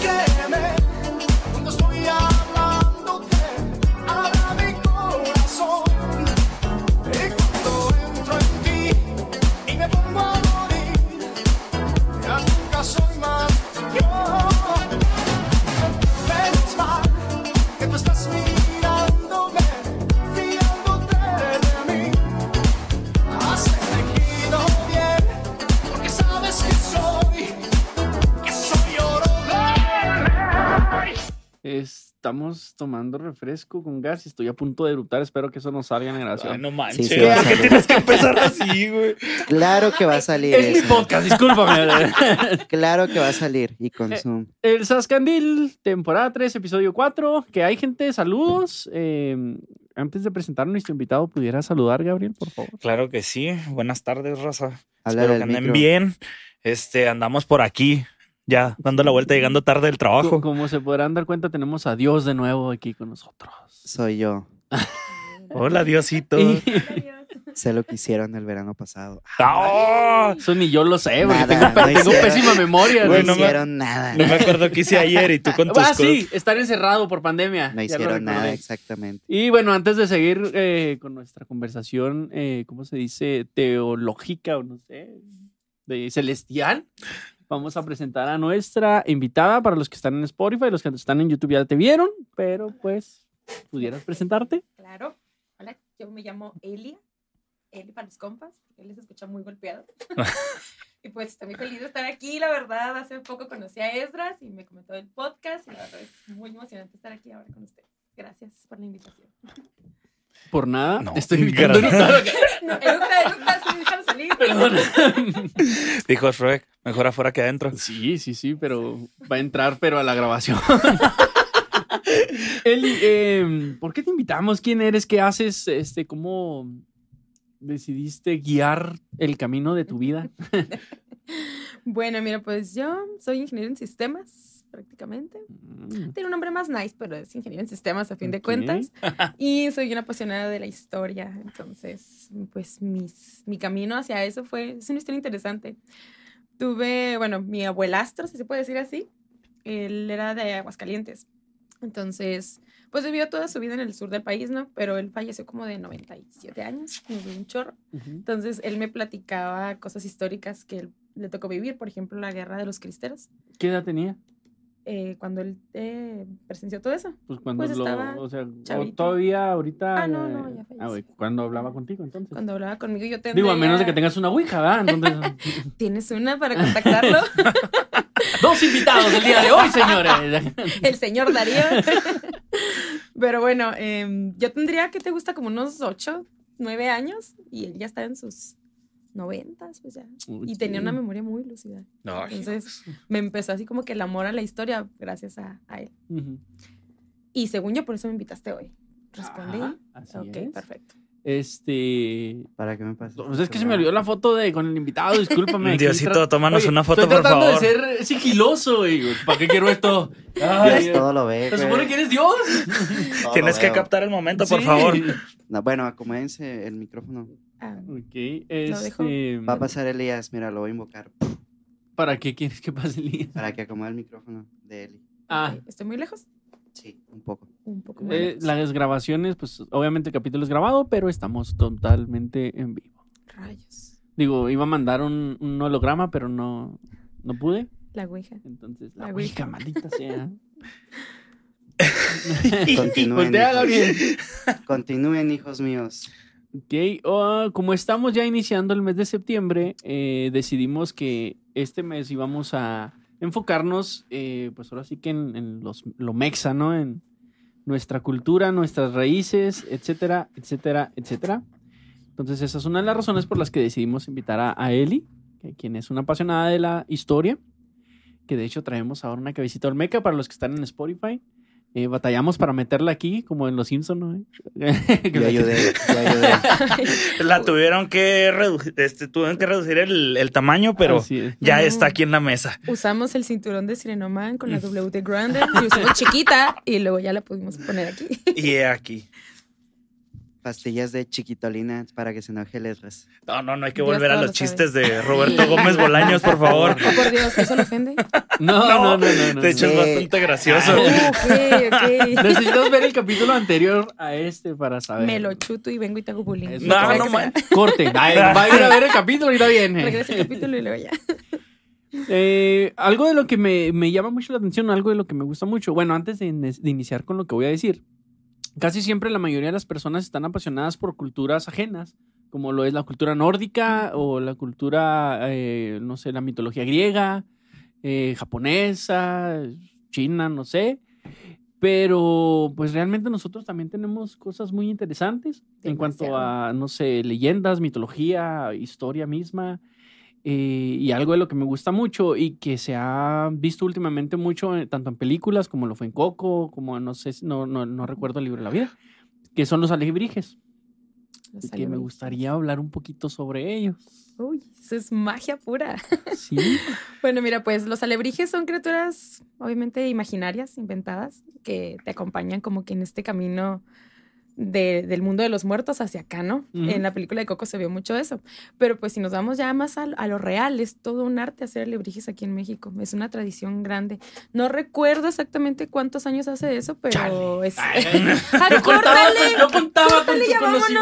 Créeme, cuando estoy hablándote, habla mi corazón. Y cuando entro en ti y me pongo a morir, ya nunca soy más yo. Menos mal que tú estás mirándome, fiándote de mí. Has elegido bien, porque sabes que soy, que soy oro. Estamos tomando refresco con gas y estoy a punto de eructar. Espero que eso no salga en la Ay, grabación. no Sí, manches. sí, va a ¿Por qué salir. tienes que empezar así, güey? Claro que va a salir Es mi eso. podcast, discúlpame. Claro que va a salir. Y con Eh, Zoom. El Sascandil, temporada 3, episodio 4. Que hay gente, saludos. Eh, antes de presentar a nuestro invitado, ¿pudiera saludar, Gabriel, por favor? Claro que sí. Buenas tardes, raza. Hablar Espero al que anden micro. bien. Este, andamos por aquí, ya dando la vuelta, llegando tarde del Co- trabajo. Como se podrán dar cuenta, tenemos a Dios de nuevo aquí con nosotros. Soy yo. Hola, Diosito. Se lo que hicieron el verano pasado. ¡Ah! Eso ni yo lo sé, Eh, porque Nada, tengo, no tengo hicieron- pésima memoria. No Bueno, me- hicieron nada. No me acuerdo qué hice ayer y tú con tus ah, cosas. sí, estar encerrado por pandemia. No Ya lo hicieron nada, recordé. exactamente. Y bueno, antes de seguir eh, con nuestra conversación, eh, ¿cómo se dice? Teológica o no sé, de celestial. Vamos a presentar a nuestra invitada para los que están en Spotify, los que están en YouTube ya te vieron, pero pues, ¿pudieras presentarte? Claro. Hola, yo me llamo Elia. Eli para los compas. porque Él les escucha muy golpeado. y pues estoy muy feliz de estar aquí, la verdad. Hace poco conocí a Esdras y me comentó el podcast. Y la verdad es muy emocionante estar aquí ahora con ustedes. Gracias por la invitación. Por nada, No, estoy invitando gran- a Lucas. No, eructa, eructa, sí, déjalo salir. Perdón. Dijo Shrek, mejor afuera que adentro. Sí, sí, sí, pero va a entrar, pero a la grabación. Eli, eh, ¿por qué te invitamos? ¿Quién eres? ¿Qué haces? Este, ¿Cómo decidiste guiar el camino de tu vida? Bueno, mira, pues yo soy ingeniero en sistemas, prácticamente. Tiene un nombre más nice, pero es ingeniero en sistemas a fin de Ok. cuentas. Y soy una apasionada de la historia. Entonces, pues mis, mi camino hacia eso fue, es una historia interesante. Tuve, bueno, mi abuelastro, si se puede decir así, él era de Aguascalientes. Entonces, pues vivió toda su vida en el sur del país, ¿no? Pero él falleció como de 97 años, nos dio un chorro. Ujú. Entonces, él me platicaba cosas históricas que él- le tocó vivir, por ejemplo, la guerra de los cristeros, ¿Qué edad tenía? eh, cuando él eh, presenció todo eso. Pues cuando Pues lo. estaba O sea, o chavito. todavía ahorita. Ah, no, no, ya eh, falleció. ah, güey, cuando hablaba contigo, entonces. Cuando hablaba conmigo, yo tendría... Digo, a menos de que tengas una Ouija, ¿verdad? Entonces, ¿Tienes una para contactarlo? dos invitados el día de hoy, señores. El señor Darío. Pero bueno, em, yo tendría que te gusta como unos 8, 9 años y él ya estaba en sus noventas, pues ya. Y tenía una memoria muy lúcida. Entonces me empezó así como que el amor a la historia gracias a, a él. Ujú. Y según yo, por eso me invitaste hoy. Respondí. Ajá, Ah, así ok, es. perfecto. Este. ¿Para qué me pasó? Pues es que se me olvidó la foto de con el invitado, discúlpame. aquí Mm, Diosito, tra- tómanos una foto, estoy por tratando favor. de ser sigiloso, güey. ¿Para qué quiero esto? Ay, Dios todo lo ve. ¿Se güey. supone que eres Dios? Todo Tienes lo que veo. captar el momento, por Sí. favor. No, bueno, acomódense el micrófono. Ah, Ok, dejo. este. Va a pasar Elías, mira, lo voy a invocar ¿Para qué quieres que pase el día? para que acomode el micrófono de Eli. Ah, ok, ¿Estoy muy lejos? Sí, un poco. Un poco más. eh, lejos. las grabaciones, pues obviamente el capítulo es grabado, pero estamos totalmente en vivo. Rayos. Digo, iba a mandar un, un holograma, pero no, no pude. La ouija. Entonces, la La ouija. Ouija, maldita sea. Continúen. Voltea, Gabriel. hijos. Continúen, hijos míos. Ok, ah, como estamos ya iniciando el mes de septiembre, eh, decidimos que este mes íbamos a enfocarnos, eh, pues ahora sí que en, en los, lo mexa, ¿no? En nuestra cultura, nuestras raíces, etcétera, etcétera, etcétera. Entonces, esa es una de las razones por las que decidimos invitar a, a Eli, que- quien es una apasionada de la historia, que de hecho traemos ahora una cabecita olmeca para los que están en Spotify. Eh, batallamos para meterla aquí, como en Los Simpsons, ¿no? Yo ayudé, yo ayudé. La tuvieron que reducir, este, tuvieron que reducir el, el tamaño, pero Así es. ya No. está aquí en la mesa. Usamos el cinturón de Sirenoman con la W de Grande y usamos chiquita y luego ya la pudimos poner aquí. Y he aquí. Pastillas de chiquitolina para que se enoje el Esdras. No, no, no hay que Dios volver a todo los lo chistes de Roberto Gómez Bolaños, por favor. Oh, por Dios, ¿eso le ofende? No, no, no, no. no, De hecho, es Sí. bastante gracioso. Oh, ok, no. ok. Necesitas ver el capítulo anterior a este para saber. Me lo chuto y vengo y te hago bullying. Eso No, Para es. que no, se- man. Corte. Ay, va a ir a ver el capítulo y no viene. Regresa el capítulo y luego ya. Eh, algo de lo que me, me llama mucho la atención, algo de lo que me gusta mucho. Bueno, antes de, ine- de iniciar con lo que voy a decir, casi siempre la mayoría de las personas están apasionadas por culturas ajenas, como lo es la cultura nórdica o la cultura, eh, no sé, la mitología griega, eh, japonesa, china, no sé. Pero pues realmente nosotros también tenemos cosas muy interesantes en cuanto a, no sé, leyendas, mitología, historia misma. Eh, y algo de lo que me gusta mucho y que se ha visto últimamente mucho, eh, tanto en películas como lo fue en Coco, como no sé, si- no, no, no recuerdo el libro de la vida, que son los alebrijes. Los Y que me algoritmos. gustaría hablar un poquito sobre ellos. Uy, eso es magia pura. Sí. Bueno, mira, pues los alebrijes son criaturas obviamente imaginarias, inventadas, que te acompañan como que en este camino de- del mundo de los muertos hacia acá, ¿no? Ujú. En la película de Coco se vio mucho eso. Pero pues si nos vamos ya más a, lo- a lo real, es todo un arte hacer alebrijes aquí en México. Es una tradición grande. No recuerdo exactamente cuántos años hace de eso, pero Chale. es... Ay, ¡Ah, córtale! con Córtale, ya vámonos.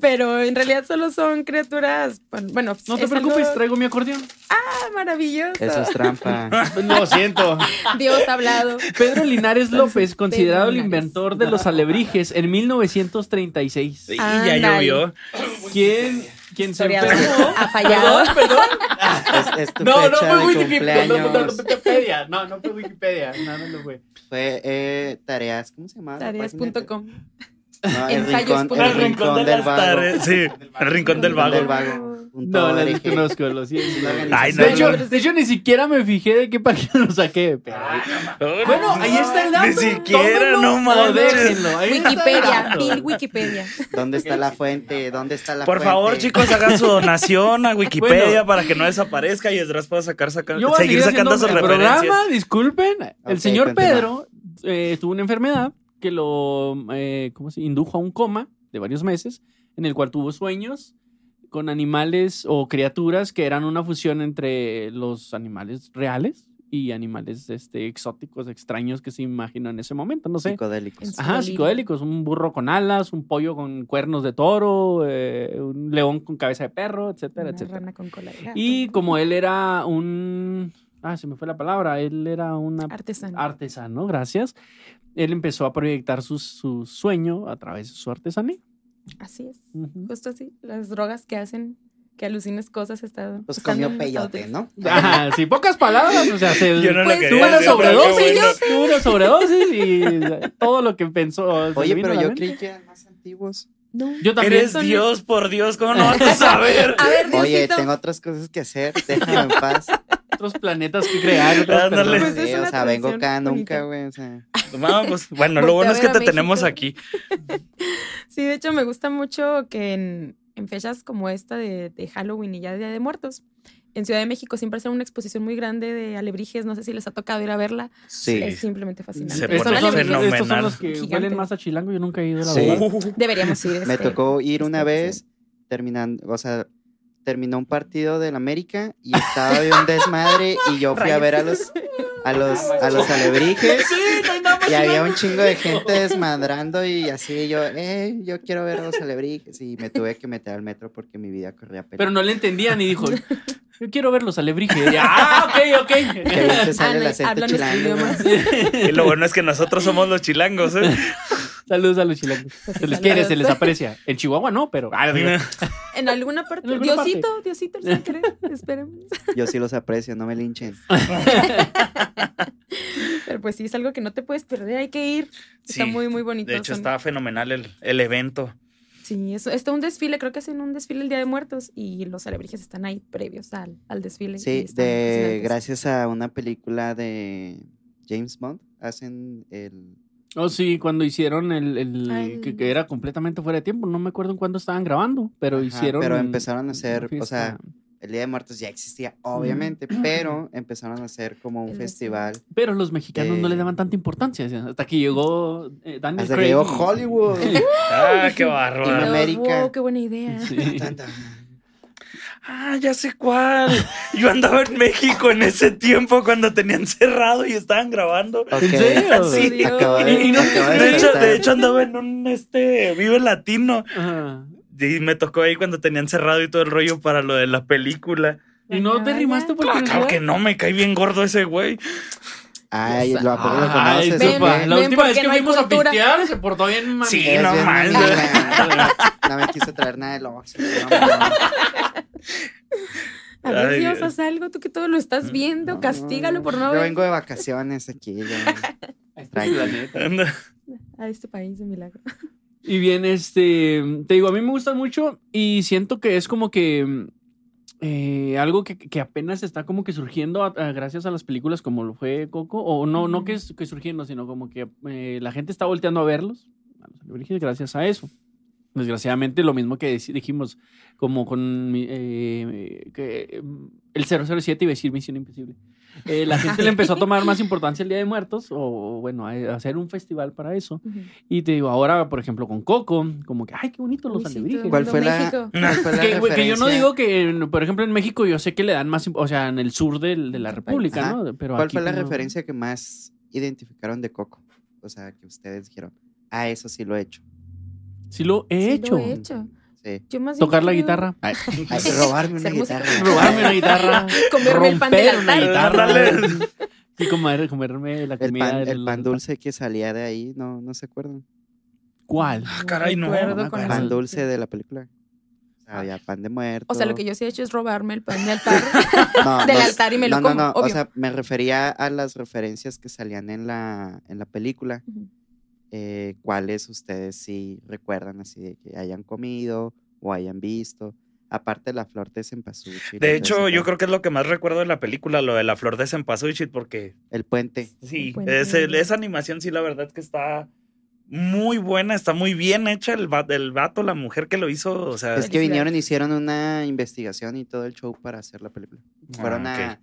Pero en realidad solo son criaturas... Bueno, No te es algo preocupes, traigo mi acordeón. tan maravilloso. Eso es trampa. Lo siento. Dios ha hablado. Pedro Linares López, considerado el Linares. inventor de los alebrijes en 1936. Y ya Ándale. llovió. ¿Quién, quién se Historiador. enfermó? Ha fallado. Perdón, perdón. Es, es tu No, no fecha fue de Wikipedia. No, no, no, no cumpleaños. fue Wikipedia. No, no fue Wikipedia. No, no lo fue. Fue eh, tareas, ¿cómo se llama? la página? Tareas.com. No, el Ensayos rincón, punto el com. rincón del vago. tardes. Sí, el rincón del Rincón vago. del vago. punto No, la org. desconozco. Lo siento. Ay, no, De hecho, no. de hecho, ni siquiera me fijé de qué página lo saqué. pero- Bueno, ahí está el dato. Ni siquiera, Tómenlo no o manches. déjenlo, ahí está el Wikipedia, dato. Bill Wikipedia. ¿Dónde está la fuente? ¿Dónde está la Por fuente? favor, chicos, hagan su donación a Wikipedia Bueno. para que no desaparezca y Esdras pueda sacar, sacar- Yo voy a seguir seguir sacando haciendo el sus referencias. programa, disculpen. Ok, el señor continúa. Pedro eh, tuvo una enfermedad que lo eh, ¿cómo se? indujo a un coma de varios meses, en el cual tuvo sueños con animales o criaturas que eran una fusión entre los animales reales y animales este, exóticos, extraños que se imaginó en ese momento. No sé. Psicodélicos. Ajá, psicodélicos. Un burro con alas, un pollo con cuernos de toro, eh, un león con cabeza de perro, etcétera, Una etcétera. rana con cola de gato. Y como él era un... Ah, se me fue la palabra. Él era una artesano. artesano, gracias. Él empezó a proyectar su, su sueño a través de su artesanía. así es. Ujú. Justo así. Las drogas que hacen que alucines cosas están. Pues están comió en- peyote, ¿no? Ajá, sí, pocas palabras, o sea, se Yo no Pues, lo quería tuvo una Bueno, decir, pero qué sobredosis, bueno. tuvo una sobredosis y todo lo que Pues pensó. se Oye, vino a pero la yo mente. creí que eran más antiguos. No. Yo también. Eres Dios, por Dios, ¿cómo no vas a saber? A ver, Diosito. Oye, tengo otras cosas que hacer. Déjame en paz. Otros planetas que crear. otras Ándale. personas. Pues es Sí, o una sea, vengo tradición acá nunca, bonita. güey. O sea, No, pues, bueno, Voltea lo bueno a es que ver te a tenemos México. aquí. Sí, de hecho me gusta mucho que en, en fechas como esta de, de Halloween y ya Día de Muertos, en Ciudad de México siempre hacen una exposición muy grande de alebrijes. No sé si les ha tocado ir a verla. sí. Es simplemente fascinante. Se Estos pone son- fenomenal. Estos son los que Gigante. huelen más a chilango. Yo nunca he ido, la Sí. verdad. Deberíamos ir. Me este, tocó ir una esta vez, terminando, o sea, terminó un partido del América y estaba de un desmadre y yo fui a ver a los a los a los alebrijes y había un chingo de gente desmadrando y así yo, eh, yo quiero ver a los alebrijes y me tuve que meter al metro porque mi vida corría Pero peligro. no le entendían y dijo, yo quiero ver los alebrijes. Y, ah, ok, Que ok. bien te sale Ah, el no, acento hablan nuestro chilango. idioma. güey. Y lo bueno es que nosotros somos los chilangos, ¿eh? Saludos a los chilangos. Se les Pues saludos. quiere, se les aprecia. En Chihuahua no, pero... Ah, digo, En alguna parte. En alguna Diosito, Diosito, el San Querer. Espérame. Yo sí los aprecio, no me linchen. Pero pues sí, es algo que no te puedes perder, hay que ir. Sí, Está muy, muy bonito. De hecho, son- estaba fenomenal el, el evento. Sí, eso, está un desfile, creo que hacen un desfile el Día de Muertos y los alebrijes están ahí previos al, al desfile. y Sí, están de fascinantes. gracias a una película de James Bond hacen el... Oh, sí, cuando hicieron el, el- Ay. que, que era completamente fuera de tiempo, no me acuerdo en cuándo estaban grabando, pero Ajá, hicieron... pero el- empezaron a hacer, una o sea, fiesta. El Día de Muertos ya existía, obviamente, pero empezaron a hacer como un Mm. El festival. Pero los mexicanos no eh, le daban tanta importancia, decían, hasta que llegó eh, Daniel Hasta que Craig llegó y- Hollywood. Ah, qué Y bárbaro. me- América. Wow, qué buena idea. Sí. Tan, tan. Ah, ya sé cuál. Yo andaba en México en ese tiempo cuando tenían cerrado y estaban grabando. Ok, ¿En serio? Sí. Dios. acabo de- Y- y no- acabo de, hecho, despertar. de hecho, andaba en un este Vive Latino Ajá. y me tocó ahí cuando tenían cerrado y todo el rollo para lo de la película. Y no Vaya, te rimaste por Ah, claro curiosidad? que no, me cae bien gordo ese güey. Ay, lo, ¿a poco lo Ay, conoces? ven, sopa, güey? la ven, última vez porque que no hay fuimos a cultura. pistear se portó bien mami. Sí, Es no bien manches. mamila. No me quiso traer nada de los. A ver, Ay, Dios, Dios. haz algo, tú que todo lo estás viendo, castígalo por no Yo ver vengo de vacaciones aquí. yo- Tranqui. La neta. Anda. a este país de milagro. Y bien, este, te digo, a mí me gusta mucho y siento que es como que eh, algo que, que apenas está como que surgiendo a- a- gracias a las películas como lo fue Coco, o no, no que, es- que surgiendo, sino como que eh, la gente está volteando a verlos, a los alienígenas, gracias a eso. Desgraciadamente, lo mismo que deci- dijimos, como con mi- eh, que, eh, el 007 iba a decir Misión Imposible. Eh, la gente le empezó a tomar más importancia el Día de Muertos, o bueno, a- a hacer un festival para eso. Y te digo, ahora, por ejemplo, con Coco, como que, ay, qué bonito los alebrijes. ¿Cuál fue la- ¿Cuál fue la Que, güey, que yo no referencia? digo que, en- por ejemplo, en México yo sé que le dan más, imp- o sea, en el sur del- de la Del país. República, Ajá. ¿no? Pero ¿Cuál aquí fue la como- referencia que más identificaron de Coco? O sea, que ustedes dijeron, ah, eso sí lo he hecho. Sí lo he hecho. Lo he hecho. Sí. Yo más bien Tocar la creo- guitarra. Ay, Ay, robarme una Ser músico. guitarra. robarme una guitarra. Comerme el pan de romper la una tarde. guitarra. Ándale. Sí, comer- comerme la El comida. pan, de el los- pan dulce que salía de ahí, no, no se acuerdan. ¿Cuál? Ah, caray, no. recuerdo no me con acuerdo. Pan eso. dulce de la película. Había pan de muerto. O sea, lo que yo sí he hecho es robarme el pan de altar. No, del no, altar y me lo no, no, como, no, o obvio. sea, me refería a las referencias que salían en la, en la película. Ujú. eh, ¿Cuáles ustedes sí recuerdan así de que hayan comido o hayan visto? Aparte la flor de cempasúchil. De hecho, yo creo que es lo que más recuerdo de la película, lo de la flor de cempasúchil, porque El puente. sí, Puente. ese- esa animación sí, la verdad que está muy buena, está muy bien hecha el, va- el vato, la mujer que lo hizo, o sea, Es que vinieron, hicieron una investigación y todo el show para hacer la película. Ah, Fueron ok. a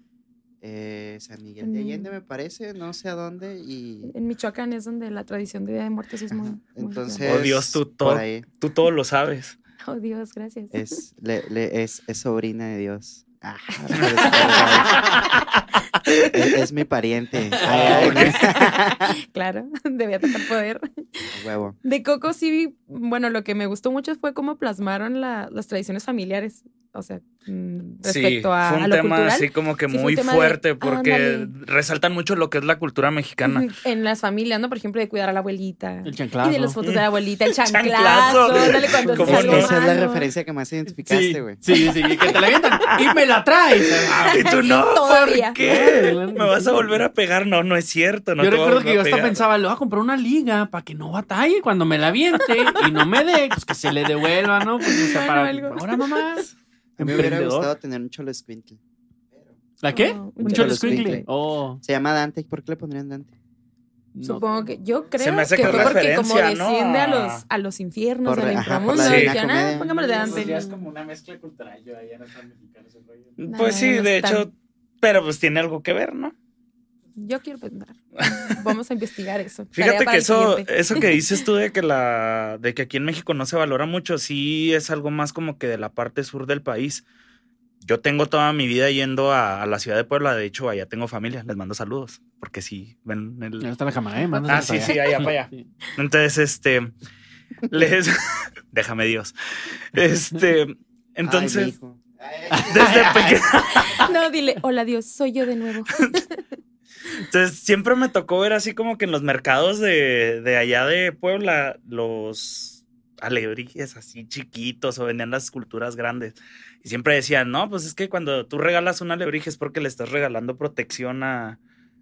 eh, San Miguel de Mm. Allende, me parece, no sé a dónde. Y En Michoacán es donde la tradición de Día de Muertos es muy. Ajá. muy entonces, Oh, Dios, tú por todo. ahí tú todo lo sabes. grande. Oh, Dios, gracias. es, le- le- es, es sobrina de Dios. Ah, pero es, es- es mi pariente. Ay, ay, Claro, debía tocar poder. huevo. De Coco sí, vi- bueno, lo que me gustó mucho fue cómo plasmaron la- las tradiciones familiares. O sea, mm, respecto a, fue un a lo tema cultural. así como que sí fue un muy tema de, fuerte porque ándale. resaltan mucho lo que es la cultura mexicana. Ujú, En las familias, ¿no? Por ejemplo, de cuidar a la abuelita. El chanclazo. Y de las fotos de la abuelita, el Chanclazo. chanclazo. Dale cuando ¿Cómo se Esa no? algo es la malo. referencia que más Sí, identificaste, güey. sí, sí, que te la avientan y me la traes. Y tú no, Todavía. ¿por qué? Claro que ¿Me vas a sí. volver a pegar? No, no es cierto. No yo te voy a recuerdo que volver yo a hasta pegar. pensaba, le voy a comprar una liga para que no batalle cuando me la aviente y no me dé, pues que se le devuelva, ¿no? Pues, o sea, Bueno, para algo. ahora nomás. A mí me hubiera Emprendedor. gustado tener un cholo squintle. ¿La qué? Oh, un un cholo choloscuincle. squinkle. Oh, Se llama Dante. ¿Por qué le pondrían Dante? no. Supongo que yo creo me hace que que fue es porque como referencia, ¿no? desciende a A- los a los infiernos, Por- al ajá, inframundo, por la decían, Divina ah, Comedia". pongámosle delante. Pues, como una mezcla cultural. Yo ahí mexicanos Pues No, sí, no de está. hecho, pero pues tiene algo que ver, ¿no? Yo quiero pensar. Vamos a investigar eso. Tarea Fíjate para que el eso, siguiente. eso que dices tú de que la, de que aquí en México no se valora mucho, sí es algo más como que de la parte sur del país. Yo tengo toda mi vida yendo a, a la ciudad de Puebla, de hecho allá tengo familia, les mando saludos, porque sí, ven Ahí el... está la cámara, ¿eh? Mándanos Ah, sí, para sí, allá. allá para allá. Sí. Entonces, este, les... Déjame Dios. Este, Ay, entonces, mijo. desde pequeño... No, dile, hola Dios, soy yo de nuevo. Entonces, siempre me tocó ver así como que en los mercados de, de allá de Puebla, los alebrijes así chiquitos o vendían las esculturas grandes. Y siempre decían, no, pues es que cuando tú regalas un alebrije es porque le estás regalando protección a,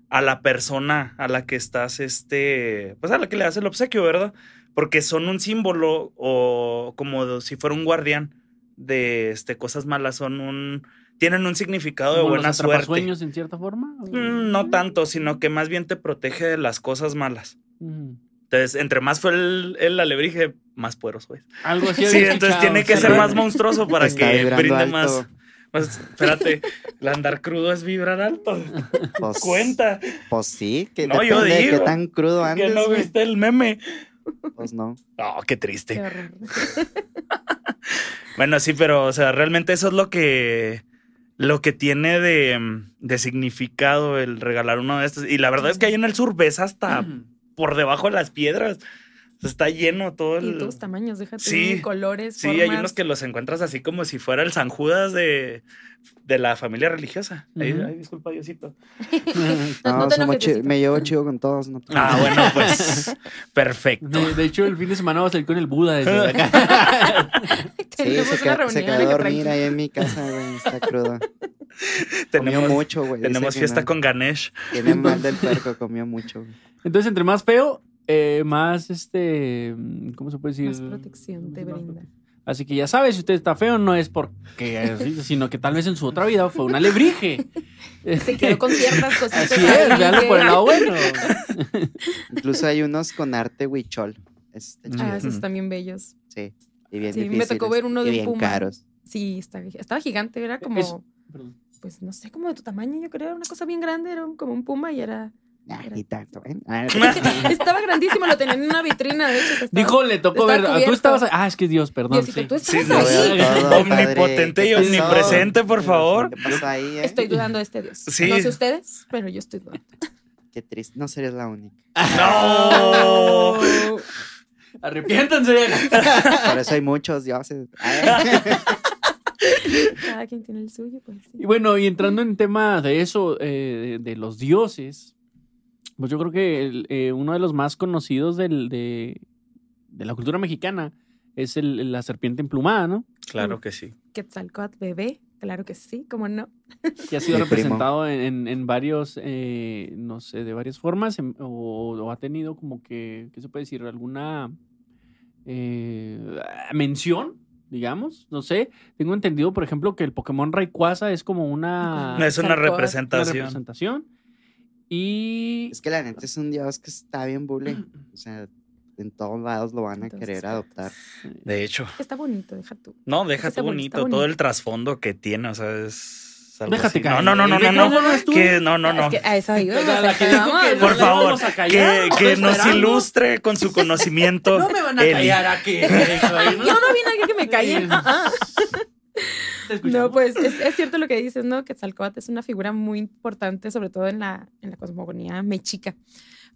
a la persona a la que estás, este, pues a la que le das el obsequio, ¿verdad? Porque son un símbolo o como si fuera un guardián de este, cosas malas, son un tienen un significado de Como los buena suerte. atrapasueños, en cierta forma? Mm, No tanto, sino que más bien te protege de las cosas malas. Ujú. Entonces, entre más fue el, el alebrije, más poderoso es. Algo así. Sí, había entonces escuchado, tiene que sí. ser más monstruoso para Está que vibrando brinde alto. más. Pues, espérate, el andar crudo es vibrar alto. Pues, Cuenta Pues sí, que No, yo depende de qué digo tan crudo que andes. no güey. viste el meme. Pues no. Oh, qué Qué triste. horror. Bueno, sí, pero, o sea, realmente eso es lo que. Lo que tiene de, mm, de significado el regalar uno de estos. Y la verdad es que ahí en el sur ves hasta por debajo de las piedras. O sea, Está lleno todo el. Y todos tamaños, déjate. Sí, colores, Sí, hay formas. unos que los encuentras así como si fuera el San Judas de, de la familia religiosa. Ahí- Ujú. ay, disculpa, Diosito. No, Pues No somos te enojes, chi- Diosito. me llevo chido con todos. No te- Ah, bueno, pues perfecto. De, de hecho, el fin de semana va a salir con el Buda desde acá. sí, Tenemos se, una quedó, reunión se en quedó la a que dormir tranqui- ahí en mi casa, güey. Está crudo. Comió Tenemos, mucho, güey. dice tenemos que fiesta no. con Ganesh. Tiene mal del puerco, comió mucho. güey. Entonces, entre más feo, eh, más este. ¿Cómo se puede decir? Más protección te brinda. Así que ya sabes, si usted está feo, no es porque. así, sino que tal vez en su otra vida fue un alebrije. Se quedó con ciertas cositas. Así es, ahí veanlo que- por el lado bueno. Incluso hay unos con arte huichol. Eso Mm. está Ah, chido. esos están bien bellos. Sí. Y bien Sí, me difíciles tocó ver uno y de un bien puma. caros. Sí, está- estaba gigante, era como, Es- Perdón. pues no sé, como de tu tamaño, yo creo, era una cosa bien grande, era un- como un puma y era... Ah, Era- y tanto, ¿eh? Ah, estaba grandísimo, lo tenían en una vitrina, de hecho. o sea, estaba- Dijo, le tocó Estaba ver. ah, Tú cubierto. estabas. ahí. Ah, es que Dios, perdón. Diosito, sí. tú Sí, estabas lo ahí. veo. todo, Omnipotente padre. y ¿Qué pasó? omnipresente, por favor. ¿Qué pasó ahí, eh? Estoy dudando de este Dios. Sí. No sé ustedes, pero yo estoy dudando. Qué triste. No serías la única. ¡No! Arrepiéntanse. Por eso hay muchos dioses. Ay, Cada quien tiene el suyo, pues sí. Y bueno, y entrando en tema de eso, eh, de, de los dioses, pues yo creo que el, eh, uno de los más conocidos del- de, de la cultura mexicana es el- la serpiente emplumada, ¿no? Claro que sí. Quetzalcóatl, bebé, claro que sí, cómo no. Que ha sido Mi primo. representado en, en- en varios, eh, no sé, de varias formas, en- o, o ha tenido como que, ¿qué se puede decir? ¿Alguna eh, mención? Digamos, no sé, tengo entendido, por ejemplo, que el Pokémon Rayquaza es como una, No es una Sarcófago. una representación. representación. Y es que la neta es un dios que está bien bully. Mm. O sea, en todos lados lo van a Entonces, querer adoptar. De hecho. Está bonito, deja tú. No, deja Está tú bonito, bonito, está todo bonito. el trasfondo que tiene, o sea, es algo Déjate así. caer. No, no, no, no, Déjate no. caer, no eres tú. Que no, no, no. Es que a eso iba. O sea, o la sea, gente vamos, que- Por no la favor, vamos a callar, que, estoy que nos esperando. ilustre con su conocimiento. No me van a Eli. callar aquí. Yo no vine aquí a que me callen. No, pues es, es cierto lo que dices, ¿no? Quetzalcóatl es una figura muy importante, sobre todo en la, en la cosmogonía mexica.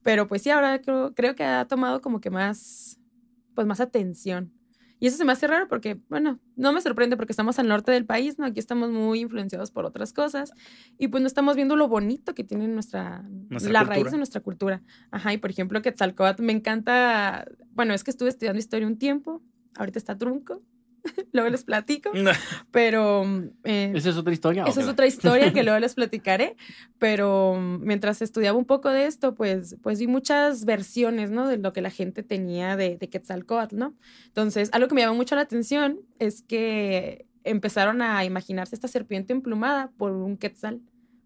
Pero pues sí, ahora creo, creo que ha tomado como que más, pues más atención. Y eso se me hace raro porque, bueno, no me sorprende porque estamos al norte del país, ¿no? Aquí estamos muy influenciados por otras cosas y pues no estamos viendo lo bonito que tiene nuestra, Nuestra la cultura. raíz de nuestra cultura. Ajá, y por ejemplo, Quetzalcóatl me encanta, bueno, es que estuve estudiando historia un tiempo, ahorita está trunco, luego les platico. Pero mm, eh, Esa es otra historia. esa es otra historia que luego les platicaré. Pero mm, mientras estudiaba un poco de esto, pues, pues vi muchas versiones, ¿no? De lo que la gente tenía de, de Quetzalcóatl, ¿no? Entonces, algo que me llamó mucho la atención es que empezaron a imaginarse esta serpiente emplumada por un quetzal.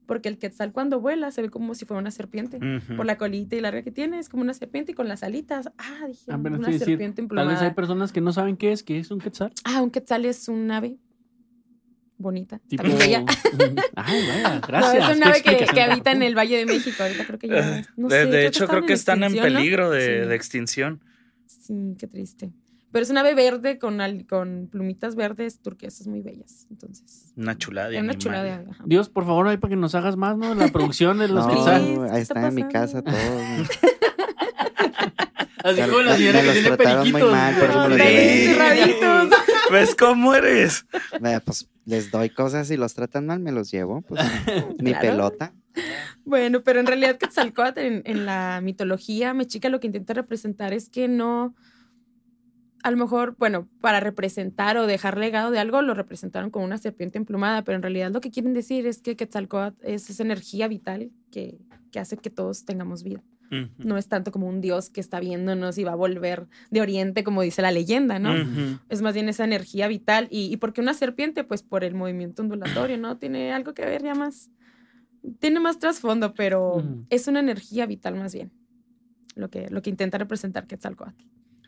Porque el quetzal cuando vuela se ve como si fuera una serpiente. Ujú. Mm. Por la colita y larga que tiene, es como una serpiente y con las alitas. Ah, dije, Ah, pero una te iba a decir, serpiente Tal emplumada. vez hay personas que no saben qué es, qué es un quetzal. Ah, un quetzal es un ave bonita. Tipo. también bella. Ay, vaya, No, gracias. es qué un ave que, explicación que tan habita en profunda. el Valle de México. Ahorita creo que ya. No sé, Eh, de, de hecho, creo que están en extinción, ¿no? peligro de, Sí. de extinción. Sí, qué triste. Pero es un ave verde con, al- con plumitas verdes turquesas muy bellas. Entonces, Una chulada de es una animal. chulada de ave. ajá. Dios, por favor, ahí para que nos hagas más, ¿no? La producción de los No, quetzales. ¿qué ahí está están en mi casa pasando? todos. güey. Así como la Me- señora me que los tiene trataron muy periquitos. mal, por eso me los Sí. llevé. Sus raditos. ¿Ves cómo eres? Eh, Pues les doy cosas y los tratan mal, me los llevo. Pues, mi Claro. pelota. Bueno, pero en realidad Quetzalcóatl en, en la mitología mexica lo que intenta representar es que no, a lo mejor, bueno, para representar o dejar legado de algo lo representaron con una serpiente emplumada, pero en realidad lo que quieren decir es que Quetzalcóatl es esa energía vital que, que hace que todos tengamos vida. Ujú. No es tanto como un dios que está viéndonos y va a volver de oriente, como dice la leyenda, ¿no? Ujú. Es más bien esa energía vital. ¿Y, y por qué una serpiente? Pues por el movimiento ondulatorio, ¿no? Tiene algo que ver ya más. Tiene más trasfondo, pero Ujú. es una energía vital más bien. Lo que, lo que intenta representar Quetzalcóatl.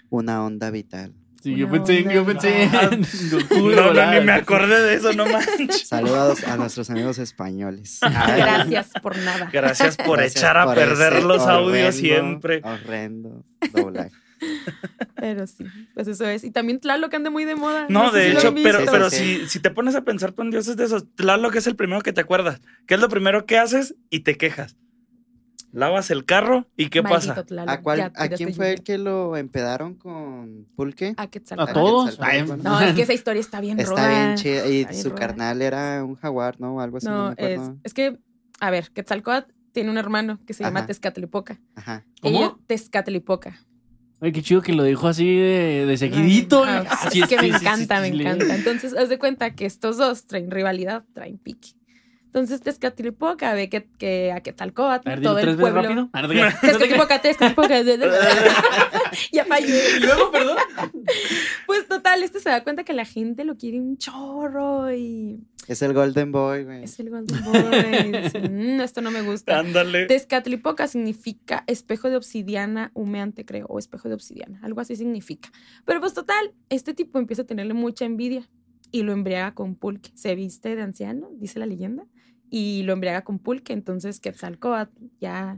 Una onda vital. Sí, Una yo pensé, onda yo pensé en Goku, No, no, ¿verdad? ni me acordé de eso, no manches. Saludos a nuestros amigos españoles. Gracias por nada. Gracias por Gracias echar a por perder ese los horrendo- audios siempre. Horrendo doblaje. Pero sí, pues eso es. Y también Tlaloc anda muy de moda. No, Ah, sé de si lo hecho, han pero, visto. pero Sí, si, si te pones a pensar tú en dioses de esos, Tlaloc es el primero que te acuerdas. ¿Qué es lo primero que haces y te quejas? Lavas el carro y ¿qué Maldito pasa? Tlaloc, ¿A, cuál- ya ¿A tiraste quién fue el lluvia. que lo empedaron con Pulque? A ¿A Quetzalcóatl. todos? Ay, Ay, No, es que esa historia está bien Está ruda. bien chido. Y Está bien su ruda. carnal era un jaguar, ¿no? Algo así. No, No, me es, acuerdo. es que, a ver, Quetzalcóatl tiene un hermano que se llama Ajá. Tezcatlipoca. Ajá. ¿Cómo? Ella, Tezcatlipoca. Ay, qué chido que lo dijo así de, de seguidito. Ah, Ah, es sí, que me sí, sí, encanta, sí, me sí, le- encanta. Entonces, haz de cuenta que estos dos traen rivalidad, traen pique. Entonces, Tezcatlipoca ve que, que A a ver, Quetzalcóatl, dilo todo el tres veces pueblo... rápido. Ah, no te creas. Tezcatlipoca, Tezcatlipoca. ya fallé. Y luego, perdón. Pues total, este se da cuenta que la gente lo quiere un chorro y Es el Golden Boy, güey. es el Golden Boy. y dice, "Mm, esto no me gusta. Ándale. Tezcatlipoca significa espejo de obsidiana humeante, creo, o espejo de obsidiana, algo así significa. Pero pues total, este tipo empieza a tenerle mucha envidia y lo embriaga con pulque. Se viste de anciano, dice la leyenda, y lo embriaga con pulque. Entonces Quetzalcóatl, ya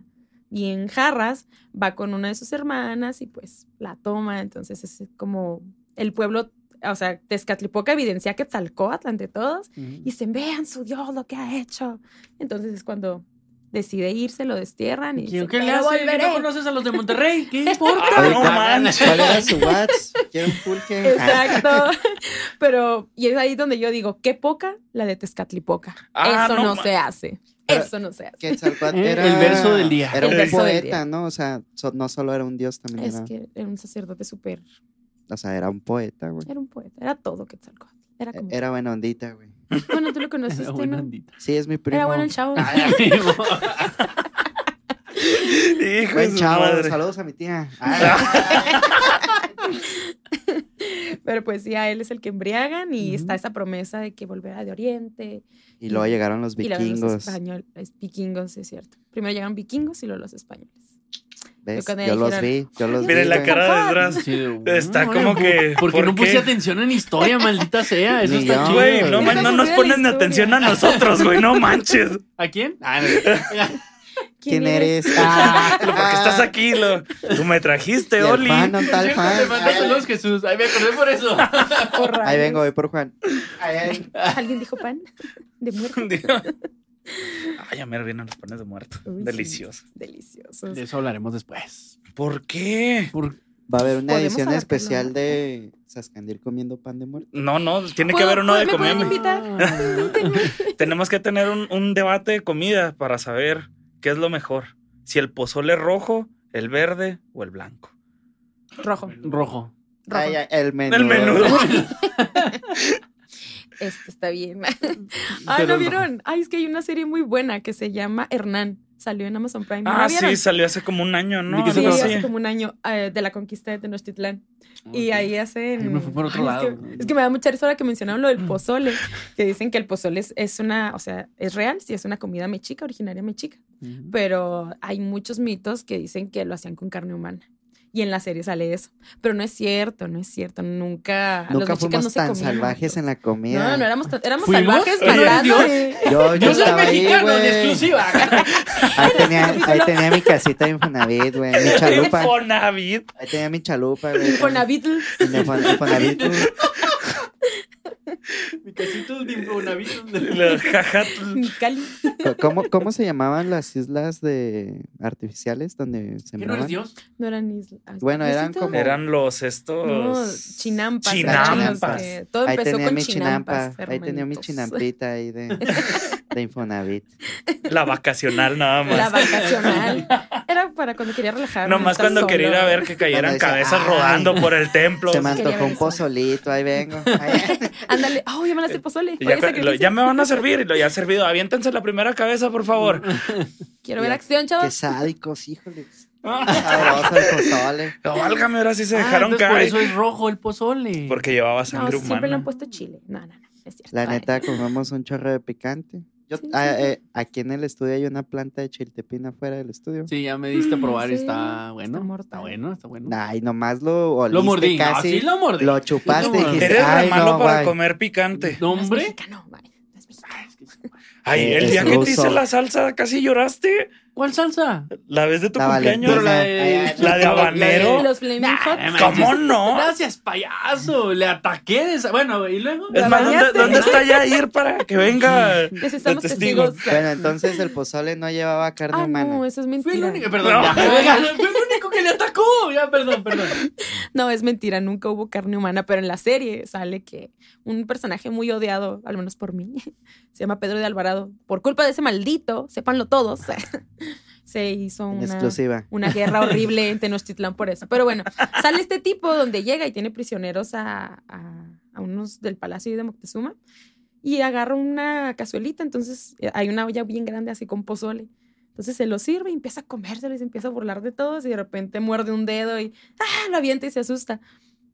bien jarras, va con una de sus hermanas y pues la toma. Entonces es eh, como el pueblo, o sea, Tezcatlipoca evidencia a Quetzalcóatl ante todos y dicen, vean su Dios lo que ha hecho. Entonces es cuando decide irse, lo destierran y ¿Quién dicen, que le "Pero hace? volveré". ¿No conoces a los de Monterrey? ¿Qué importa? Ah, Oye, no ¿cuál- manches. ¿Cuál era su Whats? ¿Quiere un Pulque? Exacto. Pero, y es ahí donde yo digo, qué poca la de Tezcatlipoca. Ah, Eso no no, ma- se hace. Pero- Eso no se hace. Quetzalcóatl Eh, era... el verso del día. Era El un verso del poeta, ¿no? O sea, so- no solo era un dios, también Es era... que era un sacerdote súper, O sea, era un poeta, güey. E, era un poeta, era todo Quetzalcóatl. Era como, Era buena ondita, güey. bueno, tú lo conociste, Buena ¿no? ondita. Sí, es mi primo. Era bueno el chavo. Ah. Amigo. Hijo de Buen su chavo, madre. saludos a mi tía. Ah. Pero pues sí, a él es el que embriagan y Ujú. está esa promesa de que volverá de Oriente y luego llegaron los Y luego los vikingos. españoles, vikingos, sí es cierto. Primero llegaron vikingos y luego los españoles. ¿Ves? cuando Yo los vi, dijeron, yo los vi. Miren la güey. cara de atrás. Sí, de- Está no, como por- que. Porque ¿por no qué? puse atención en historia, maldita sea. Eso Ni está yo. chido. Güey, no, Sí, man- se no me nos olvidó la ponen historia. atención a nosotros, güey, no manches. ¿A quién? Ah, ¿Quién eres? Lo porque estás aquí, lo. Tú me trajiste, Ah. Mi Oli. hermano, tal Juan. los Jesús. Ahí me acordé por eso. Oh, Ahí rayos. vengo, voy por Juan. Ay, ¿Alguien dijo pan? De muerto. Ay, ya me vienen los panes de muerto. Uy, sí. Delicioso. Deliciosos. De eso hablaremos después. ¿Por qué? Por- Va a haber una Podemos edición abarcarlo, especial ¿no? de Sascandir comiendo pan de muerto. No, no, tiene que ¿Puedo- haber uno puedo- de me comida. pueden mexicana. invitar? Tenemos que tener un, un debate de comida para saber qué es lo mejor. Si el pozole es rojo, el verde o el blanco. Rojo. Rojo. Ay, ay, el menú. El menudo. Este está bien. Ay, ¿no vieron? Ay, es que hay una serie muy buena que se llama Hernán. Salió en Amazon Prime. ¿No Ah, la sí, vieron? salió hace como un año, ¿no? ¿De qué se Sí, Algo trata? así. hace como un año eh, de la conquista de Tenochtitlán. Y ahí hacen. Ahí me fui por otro Ay, es que- lado. Es que, me da mucha risa ahora que mencionaron lo del pozole, que dicen que el pozole es, es una, o sea, es real, sí, es una comida mexica, originaria mexica. Ujú. Pero hay muchos mitos que dicen que lo hacían con carne humana. Y en la serie sale eso. Pero no es cierto, no es cierto. Nunca. Nunca los mexicanos fuimos no se tan comían. salvajes en la comida. No, no éramos, tan- éramos ¿Fuimos? salvajes ¿No eres matando. Dios? Yo, yo Yo soy estaba ahí, mexicano en güey. exclusiva. Ahí tenía, ahí tenía mi casita de Infonavit, güey. Mi chalupa. Infonavit. Ahí tenía mi chalupa, güey. Infonavit. En Infon- Infonavit. Mi casito de Infonavit. La jajatl. Mexicali. ¿Cómo, ¿Cómo se llamaban las islas de artificiales donde se ¿Que no eres miraban? Dios? No eran islas. Bueno, eran ¿Diosito? como- Eran los estos. No, chinampas. eran los Chinampas. que- Todo Pues, Ahí empezó tenía con mi chinampa. chinampas. Ahí tenía mi hermanitos. chinampita ahí de, de Infonavit. La vacacional nada más. La vacacional. Era para cuando quería relajarme. Nomás estar cuando quería ir solo. a ver que cayeran Cuando decía, cabezas "Ay". rodando por el templo. Se me quería antojó ver un eso. pozolito, ahí vengo. Ay, Ándale. Oh, ya me la hace pozole. Y ya, Oye, cu- esa que lo- dice, ya me van a servir, y lo ya ha servido. Aviéntense la primera cabeza, por favor. Quiero ver Ya, acción, Qué chavos. sádicos, híjoles. Sabroso el pozole. No, válgame, ahora sí se Ah, dejaron entonces por caer. eso es rojo el pozole. Porque llevaba No, sangre siempre le humana. han puesto chile. No, no, no. Es cierto. La Ay. neta, comemos un chorro de picante. Yo, Sí, ah, sí. eh, aquí en el estudio hay una planta de chiltepina afuera del estudio. Sí, ya me diste a Mm, probar, sí, está bueno. Está, mortal. bueno, está bueno. Nah, y nomás lo oliste lo mordí, no, casi. sí lo mordí. lo chupaste Sí, y lo mordí. dijiste, Eres re ay, malo no, para guay". comer picante. No, No es hombre. mexicano, vale. No es mexicano. Ay, es que sí. Ay, el Eres día que te ruso. hice la salsa casi lloraste. ¿Cuál salsa? La vez de tu La cumpleaños. Pero la de- Ay, ay, la de no, habanero. la de- Los Flaming Hot. Ay, ¿Cómo manches. no? Gracias, payaso. Le ataqué de esa. Bueno, y luego. Es ¿La más, ¿dónde, bañaste? dónde está Yair para que venga? Necesitamos de testigo. testigos. Bueno, entonces el pozole no llevaba carne Ah, humana. no, eso es Fui el mentira. único. Perdón, No. ya. Fui el único que le atacó. Ya, perdón, perdón. No, es mentira, nunca hubo carne humana, pero en la serie sale que un personaje muy odiado, al menos por mí, se llama Pedro de Alvarado. Por culpa de ese maldito, sépanlo todos, se hizo En una, exclusiva. una guerra horrible en Tenochtitlán por eso. Pero bueno, sale este tipo donde llega y tiene prisioneros a, a- a unos del palacio de Moctezuma y agarra una cazuelita, entonces eh, hay una olla bien grande así con pozole. Entonces se lo sirve y empieza a comérselo y se empieza a burlar de todos y de repente muerde un dedo y ¡ah! lo avienta y se asusta.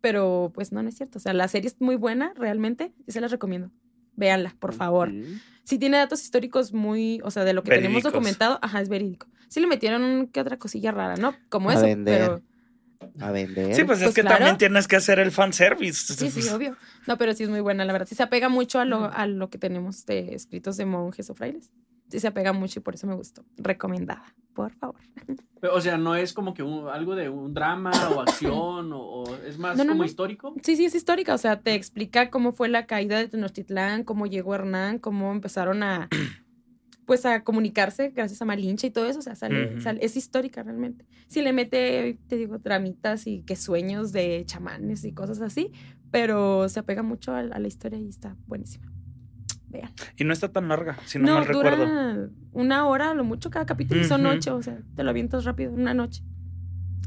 Pero pues no, no es cierto. O sea, la serie es muy buena realmente y se las recomiendo. Véanla, por favor. Sí tiene datos históricos muy, o sea, de lo que tenemos Verídicos. documentado, ajá, es verídico. Sí le metieron un- que otra cosilla rara, ¿no? Como A eso, vender. pero A vender. Sí, pues, es Pues que claro. también tienes que hacer el fanservice. sí, sí, obvio. No, pero sí es muy buena, la verdad. Sí se apega mucho a lo, a lo que tenemos de escritos de monjes o frailes. Sí se apega mucho y por eso me gustó. Recomendada, por favor. Pero, o sea, no es como que un- algo de un drama o acción o, o es más No, no, como no. histórico. Sí, sí, es histórica, o sea, te explica cómo fue la caída de Tenochtitlán, cómo llegó Hernán, cómo empezaron a, pues, a comunicarse gracias a Malinche y todo eso, o sea, sale- Ujú. sale- es histórica realmente. Si le mete, te digo, tramitas y que sueños de chamanes y cosas así, pero se apega mucho a, a la historia y está buenísima. Vean. Y no está tan larga, si no, No, mal dura recuerdo. una hora, a lo mucho cada capítulo, y son Ujú. ocho, o sea, te lo avientas rápido, en una noche.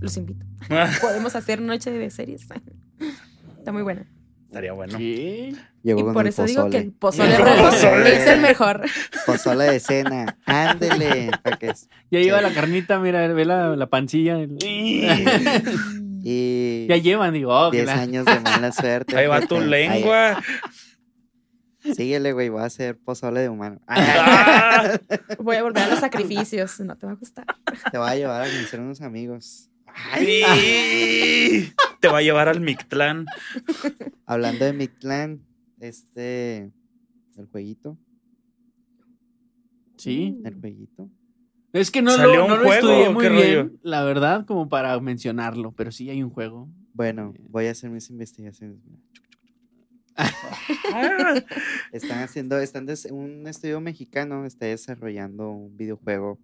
Los invito. Ah. Podemos hacer noche de series. Está muy buena. Estaría bueno. ¿Qué? Llegó Y con por el eso pozole. digo que el pozole El rojo pozole. es el mejor. Pozole de cena. Ándele. pa' que- Ya lleva la carnita, mira, ve la, la pancilla. el- Y Ya llevan, digo, oh, que 10 la- años de mala suerte. Ahí va fíjate. tu Ahí- lengua. síguele, güey. Voy a hacer pozole de humano. Ah, Voy a volver a los sacrificios. No te va a gustar. Te voy a llevar a conocer unos amigos. sí. Te va a llevar al Mictlán. Hablando de Mictlán, este. El jueguito. Sí. El jueguito. Es que no ¿Salió lo, un no lo juego estudié o muy qué bien, rollo? la verdad, como para mencionarlo, pero sí hay un juego. Bueno, Eh. voy a hacer mis investigaciones. mira. Ah, Están haciendo, están des- un estudio mexicano está desarrollando un videojuego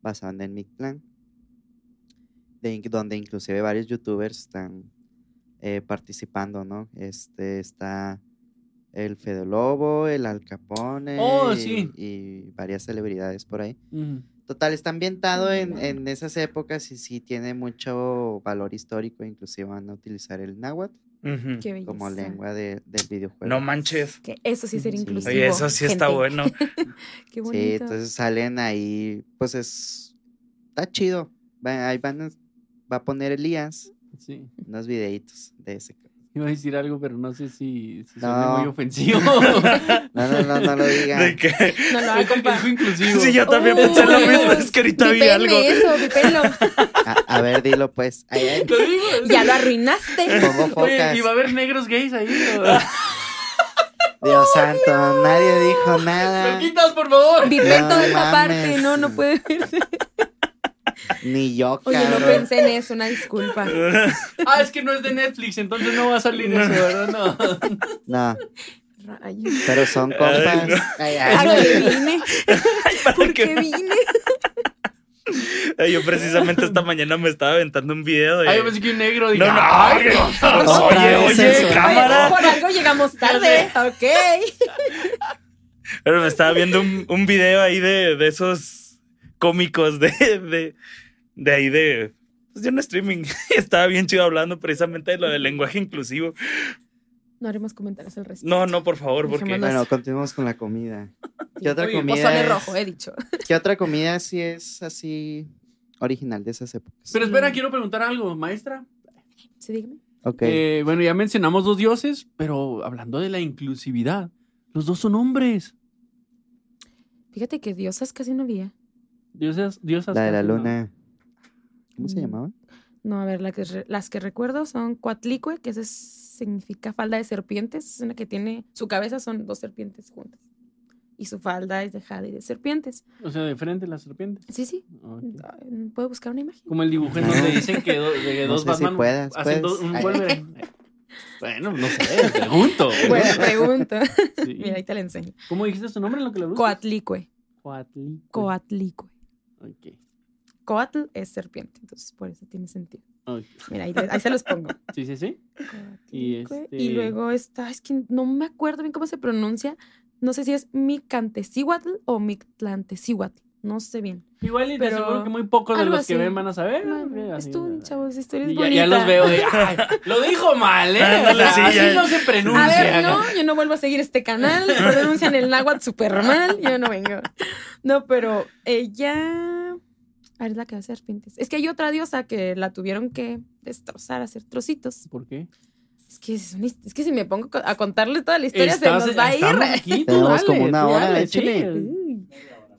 basado en el Mictlán, de, inc- donde inclusive varios youtubers están eh, participando, ¿no? Este está el Fede Lobo, el Al Capone Oh, y- sí. y, varias celebridades por ahí. Ujú. Total, está Mm, ambientado en, en esas épocas y sí tiene mucho valor histórico, inclusive van a utilizar el náhuatl ujú. Qué belleza. como lengua de- del videojuego. No manches. Que eso sí sería Sí. inclusivo. Oye, eso sí está gente. bueno. Qué bonito. Sí, entonces salen ahí, pues es, está chido. Va- ahí van, a- va a poner Elías Sí. unos videitos de ese. ca- Iba a decir algo, pero no sé si, si No. suena muy ofensivo. No, no, no, no lo ¿De digan. qué? No lo hago, Algo que compa. es inclusivo. Sí, yo también Oh. pensé lo mismo. Es que ahorita vi Vipéenme algo. eso, vipéenlo. A, a ver, dilo pues. Ay, ay, Lo digo. Ya lo arruinaste. pongo focas. Oye, y va a haber negros gays ahí. ¿no? Dios santo, nadie dijo nada. ¡Me quitas, por favor! Vipé No toda mames. esa parte. No, no puede verse. Ni yo, Oye, cabrón. no pensé en eso. Una disculpa. Ah, es que no es de Netflix, entonces no va a salir eso, ¿verdad? No. No, Rayos. pero son compas. Ay, ay. ¿A qué vine? ¿Por ¿Para qué qué? vine? Yo precisamente esta mañana me estaba aventando un video de. Ah, yo pensé que un negro No, dije, no, ¡ay, oye, Otra oye, vez oye, eso. cámara. Oye, por algo llegamos tarde. Ok. Pero me estaba viendo un, un video ahí de, de esos cómicos de, de, de ahí de. Pues de un streaming. Estaba bien chido hablando precisamente de lo del lenguaje inclusivo. No haremos comentarios al respecto. No, no, por favor, porque. Dejémoslo Bueno, continuamos con la comida. Sí. ¿Qué otra Muy bien, comida? Pozole es- rojo, he dicho. ¿Qué otra comida sí es así original de esas épocas? Pero espera, quiero preguntar algo, maestra. Sí, dígame. Ok. Eh, bueno, ya mencionamos dos dioses, pero hablando de la inclusividad, los dos son hombres. Fíjate que diosas casi no había. Diosas, diosas. la de la casi no. luna. ¿Cómo se Mm. llamaba? No, a ver, la que re- las que recuerdo son Coatlicue, que eso significa falda de serpientes. Es una que tiene, su cabeza son dos serpientes juntas. Y su falda es de jade y de serpientes. O sea, de frente las serpientes. Sí, sí. Ok. Ay, ¿Puedo buscar una imagen? Como el dibujo en donde dicen que, do- de que No dos sé si Batman puedas, hacen pues. dos- un Ay. vuelve. Bueno, no sé, pregunto. Buena pregunta. Sí. Mira, ahí te la enseño. ¿Cómo dijiste su nombre en lo que lo buscas? Coatlicue. Coatlicue. Coatlicue. Ok, Coatl es serpiente, entonces por eso tiene sentido. ok. Mira, ahí, te- ahí se los pongo. Sí, sí, sí. Y Y, este- y luego está, es que no me acuerdo bien cómo se pronuncia. No sé si es Micantecihuatl o Mictlantecihuatl. No sé bien. Igual y te Pero- seguro que muy pocos de algo los que así. ven van a saber. Bueno, Así, Estudien, ¿verdad? chavos, historia es Y ya, bonita. ya los veo de. "Ay, lo dijo mal, ¿eh? Ándale, O sea, sí, así ya. no se A pronuncia. ver, no, yo no vuelvo a seguir este canal. Pronuncian el náhuatl super mal. Yo no vengo. No, pero ella. A ver, es la que hace serpientes. Es que hay otra diosa que la tuvieron que destrozar, hacer trocitos. ¿Por qué? Es que, es, una- es que si me pongo a contarles toda la historia, se nos va a ir. estamos aquí, tú Tenemos dale, como una tú hora, dale, échale. chile. Uy.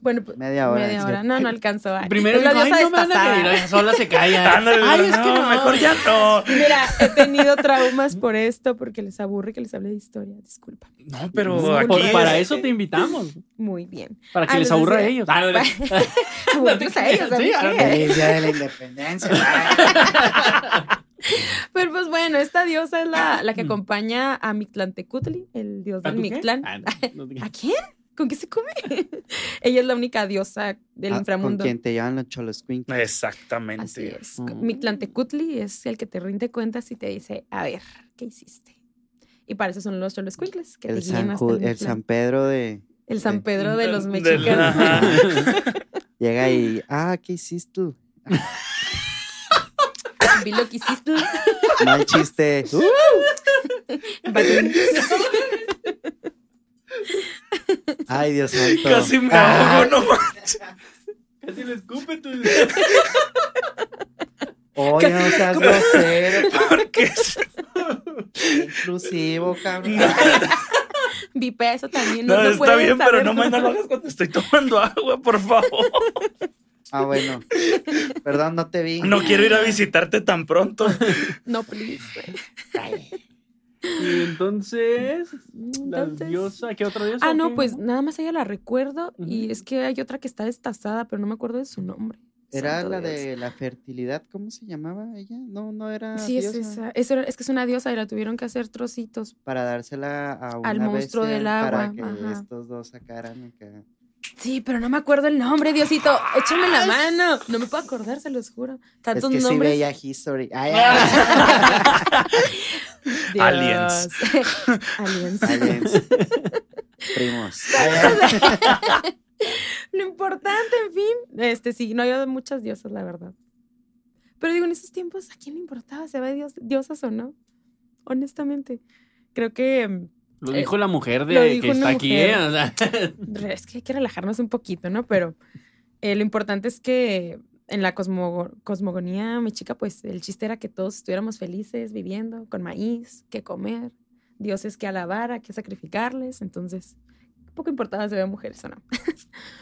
Bueno, pues, Media hora. media dice. hora. No, no alcanzó. Ay, Primero es la dijo, ay, diosa no me van a desfasada. querer, ay, sola se calla. Ándale, ay, no, es que no. mejor ya no. Mira, he tenido traumas por esto, porque les aburre que les hable de historia. Disculpa. No, pero Por- aquí. es- Pues para eso te invitamos, Muy bien. para que Ah, les entonces, aburra a eh, ellos. Ah, no, no, no. Aburrirlos a ellos, ¿a mí Sí, qué? Feliz día de la independencia. Pero pues bueno, esta diosa es la, la que acompaña a Mictlantecutli, el dios Mm. ¿A del tú qué? Mictlán. Ah, no, no te- ¿A quién? ¿Con qué se come? Ella es la única diosa del Ah, Con inframundo. quien te llevan los cholos queen. Exactamente. Así es. Ah. Mictlantecutli es el que te rinde cuentas y te dice, a ver, ¿qué hiciste? Y para eso son los choloscuincles, que te El guían San, hasta Ju- el, el Mictlán. San Pedro de. El San Pedro de los Del- mexicanos. ajá. Llega y. Ah, ¿qué hiciste tú? Vi lo que hiciste. Mal chiste. Uh, Balín. ay, Dios santo. Casi me Ah, ahogo, no manches. Casi le escupe tu. Oye, no seas grosero. Porque Inclusivo, cabrón. Vi peso también. no, No, está pueden bien, pero saber. no, más no lo hagas cuando estoy tomando agua, por favor. Ah, bueno. Perdón, no te vi. No quiero ir a visitarte tan pronto. No, please. Y entonces, la Entonces- diosa, ¿qué otra diosa? Ah, o no, qué? pues nada más ella la recuerdo. Y Ujú. es que hay otra que está destazada, pero no me acuerdo de su nombre. Era Santo la Dios. de la fertilidad, ¿cómo se llamaba ella? No, no era. Sí, es diosa. esa. Es, es que es una diosa y la tuvieron que hacer trocitos. Para dársela a una Al monstruo bestia del Para agua, que ajá. estos dos sacaran acá. Sí, pero no me acuerdo el nombre, Diosito. Échame la mano. No me puedo acordar, se los juro. Es Tantos que sí nombres. veía History. Ay, ay, Dios. Aliens. Aliens. ay, aliens. Primos. Ay, ay. Lo importante, en fin. Este sí, no había muchas diosas, la verdad. Pero digo, en esos tiempos, ¿a quién le importaba si había dios- diosas o no? Honestamente. Creo que. mm, Lo eh, dijo la mujer de lo dijo que está una aquí, mujer. ¿eh? O sea, re- Es que hay que relajarnos un poquito, ¿no? Pero eh, lo importante es que en la cosmo- cosmogonía mexica, pues el chiste era que todos estuviéramos felices viviendo, con maíz, que comer, dioses que alabar, a que sacrificarles. Entonces, poco importaba si había mujeres o no.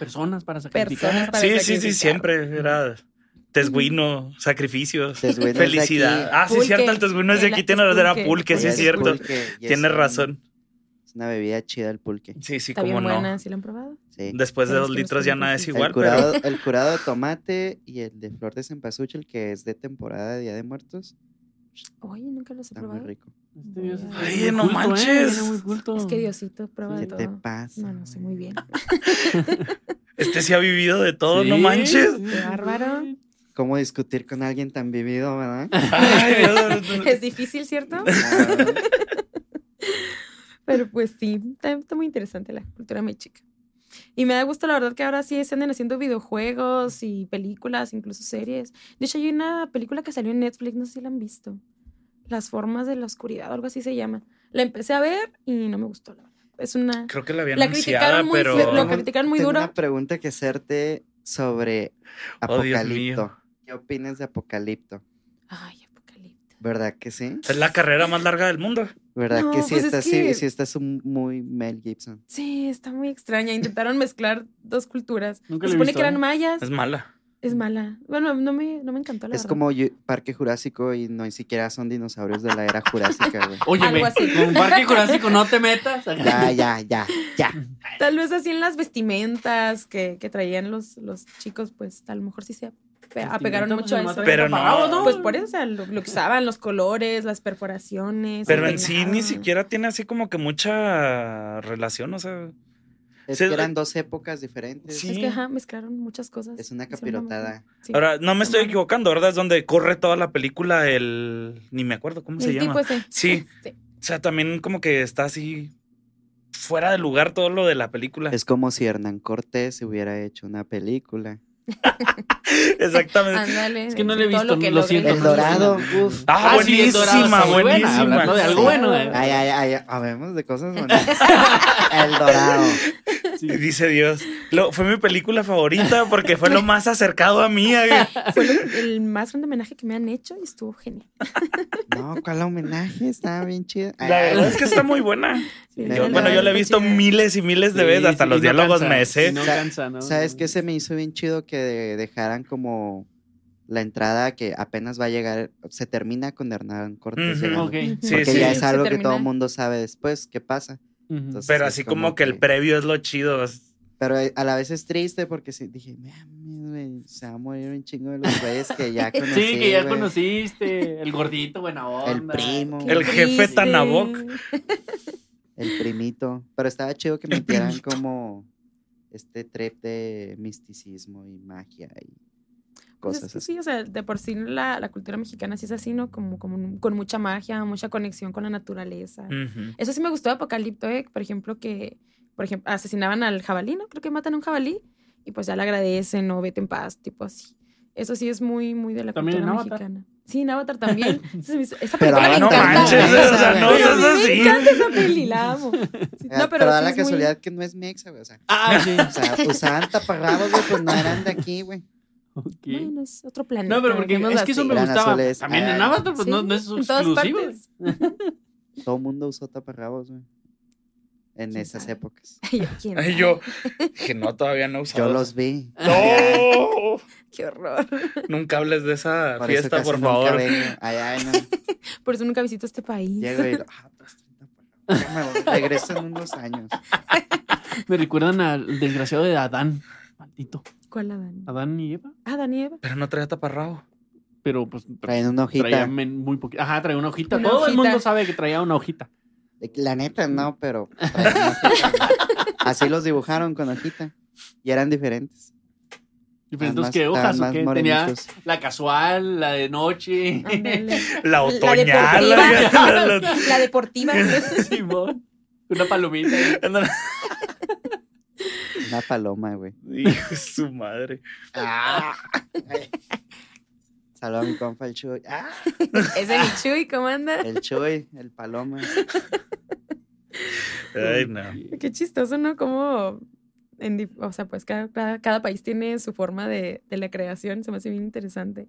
personas para Personas sacrificar. para Sí, sí, sí, sacrificar. siempre era tesguino, sacrificios, Tesguino es de felicidad. Pues, aquí. Ah, sí, es cierto, Pulque. el tesguino es de El- aquí, tiene razón, era pulque. pulque, sí, Oye, es Pulque. cierto. pulque, y es Tienes un- razón. Es una bebida chida el pulque. Sí, sí, Está cómo bien no. buena, ¿sí lo han probado? Sí. Después de Pero dos es que no litros estoy ya nada es muy igual, el, pero curado, el curado de tomate y el de flor de cempasúchil, que es de temporada de Día de Muertos, Oye, nunca los he está muy probado. rico. Este dios es muy Ay, no culto, ¿eh? manches. Era muy culto. Es que Diosito prueba ¿Qué de te todo. pasa? No, no sé muy bien. este sí ha vivido de todo, no Sí, manches. sí, Qué sí, bárbaro. sí. ¿Cómo discutir con alguien tan vivido, verdad? Ay, Dios. Es difícil, ¿cierto? Ah, Pero pues sí, está, está muy interesante la cultura mexica. Y me da gusto, la verdad, que ahora sí se andan haciendo videojuegos y películas, incluso series. De hecho, hay una película que salió en Netflix, no sé si la han visto. Las formas de la oscuridad, algo así se llama. La empecé a ver y no me gustó. la verdad. Es una... Creo que la había La anunciada, criticaron muy pero. fuerte, lo criticaron muy tengo duro. una pregunta que hacerte sobre Oh, Dios mío. Apocalipto. ¿Qué opinas de Apocalipto? Ay, apocalipto. ¿Verdad que sí? Es la carrera más larga del mundo. ¿Verdad No, que sí? pues es estás, que- Sí, sí estás un- muy Mel Gibson. Sí, está muy extraña. Intentaron mezclar dos culturas. Nunca la Se he supone visto, que eran ¿eh? mayas. Es Es, mala. mala. Bueno, no me, no me encantó la Mm. Es verdad. como Yu- Parque Jurásico y no ni siquiera son dinosaurios de la era jurásica, güey. Óyeme, Algo así. con Parque Jurásico no te metas. Ya, ya, ya, ya. Mm. Tal vez así en las vestimentas que, que traían los, los chicos, pues a lo mejor sí se ape- apegaron mucho a eso. Pero no. Pues por eso, o sea, lo, lo que usaban, los colores, las perforaciones. Pero el en sí peinado. ni siquiera tiene así como que mucha relación, o sea. Es Sí, que eran dos épocas diferentes. Sí. Es que ajá, mezclaron muchas cosas. Es una Hicieron una capirotada. mamada. Sí. Ahora, no me estoy Ajá. equivocando, ¿verdad? Es donde corre toda la película el. Ni me acuerdo cómo se El llama. tipo ese. Sí. O sea, también como que está así fuera de lugar todo lo de la película. Es como si Hernán Cortés hubiera hecho una película. Exactamente. Ándale. Es que no le he todo visto, que lo logren siento. El con- Dorado, uf. Ah, Ah, sí, el dorado buenísima, está muy buena, buenísima. hablando de algo bueno. eh. Ay, ay, ay, ay, habemos de cosas bonitas. El Dorado. Y dice Dios. Lo- fue mi película favorita porque fue lo más acercado a mí. a- Fue lo- el más grande homenaje que me han hecho y estuvo genial. No, ¿cuál homenaje? Estaba bien chido. Ah, Ay, La ay, verdad es que está muy buena. Sí, Yo- la bueno, yo verdad la he visto está chida. miles y miles de veces. Sí, Hasta sí, los y no diálogos cansa, me sé. y no Sa- cansa, ¿no? ¿Sabes qué? Se me hizo bien chido que de- dejaran como la entrada que apenas va a llegar, se termina con Hernán Cortés. Ujú. llegando. Ok. Ujú. Sí, Porque sí. ya es Se algo que termina. todo el mundo sabe después qué pasa. Entonces, Pero es así como que el previo es lo chido. Pero eh, a la vez es triste porque sí, dije, "Mames, güey, se va a morir un chingo de los güeyes que ya conocí. Sí, que ya güey". conociste. El gordito, buena onda. El primo. Qué El jefe triste. Tanaboc. El primito. Pero estaba chido que metieran como este trip de misticismo y magia y Pues cosas es que así. sí, o sea, de por sí la, la cultura mexicana sí es así, ¿no? Como, como con mucha magia, mucha conexión con la naturaleza. Ujú. Eso sí me gustó de Apocalipto, ¿eh? Por ejemplo, que por ejemplo, asesinaban al jabalí, ¿no? Creo que matan a un jabalí y pues ya le agradecen o vete en paz, tipo así. Eso sí es muy, muy de la También en cultura Avatar. mexicana. Sí, en Avatar también. Esa película Pero me Avatar No encanta. ¿eh? manches, Esa, o sea, no güey. Pero seas a mí me así. Eh, encanta esa peli, la amo. Sí, Ah, No, pero, da sí la es muy- casualidad que no es mexa, güey. O sea, Ah, sí. o sea, usaban taparrabos, güey, pues no eran de aquí, güey. Ok. Bueno, es otro planeta. No, pero porque digámoslo es que eso así. me Gran gustaba. Azules. También en Ah, Avatar, pues Sí, no, no es en todas exclusivo. partes. Todo el mundo usó taparrabos, güey. En ¿Quién esas sabe? épocas. Ay, yo, ¿quién Ay, sabe? yo que no, todavía no he Yo usado. los vi. No, Qué horror. nunca hables de esa Por eso fiesta, casi por nunca favor. vengo. Ay, ay, no. Por eso nunca visito este país. Llego y ah, pues, me voy. regreso en unos años. Me recuerdan al desgraciado de Adán. Maldito. ¿Cuál Adán? Adán y Eva. Ah, Daniel. Pero no traía taparrabo. Pero pues Traen una traía hojita. men- muy poquito. Ajá, traía una hojita. Una Todo el hojita. mundo sabe que traía una hojita. La neta, no, pero traen una hojita, güey. así los dibujaron con hojita. Y eran diferentes. Diferentes Estaban que más- hojas o estaban qué. más Tenía morenuchos. la casual, la de noche. Ándale. La otoñal. deportiva. la- la- la- La deportiva. Simón. Una palomita. Una paloma, güey. Hijo de su madre. Saludo a mi compa, el Chuy. Ah, Ese mi Chuy, ¿cómo anda? el Chuy, el paloma. Ay, no. Ah, Qué chistoso, ¿no? Como, en dif- o sea, pues cada, cada, cada país tiene su forma de, de la creación. Se me hace bien interesante.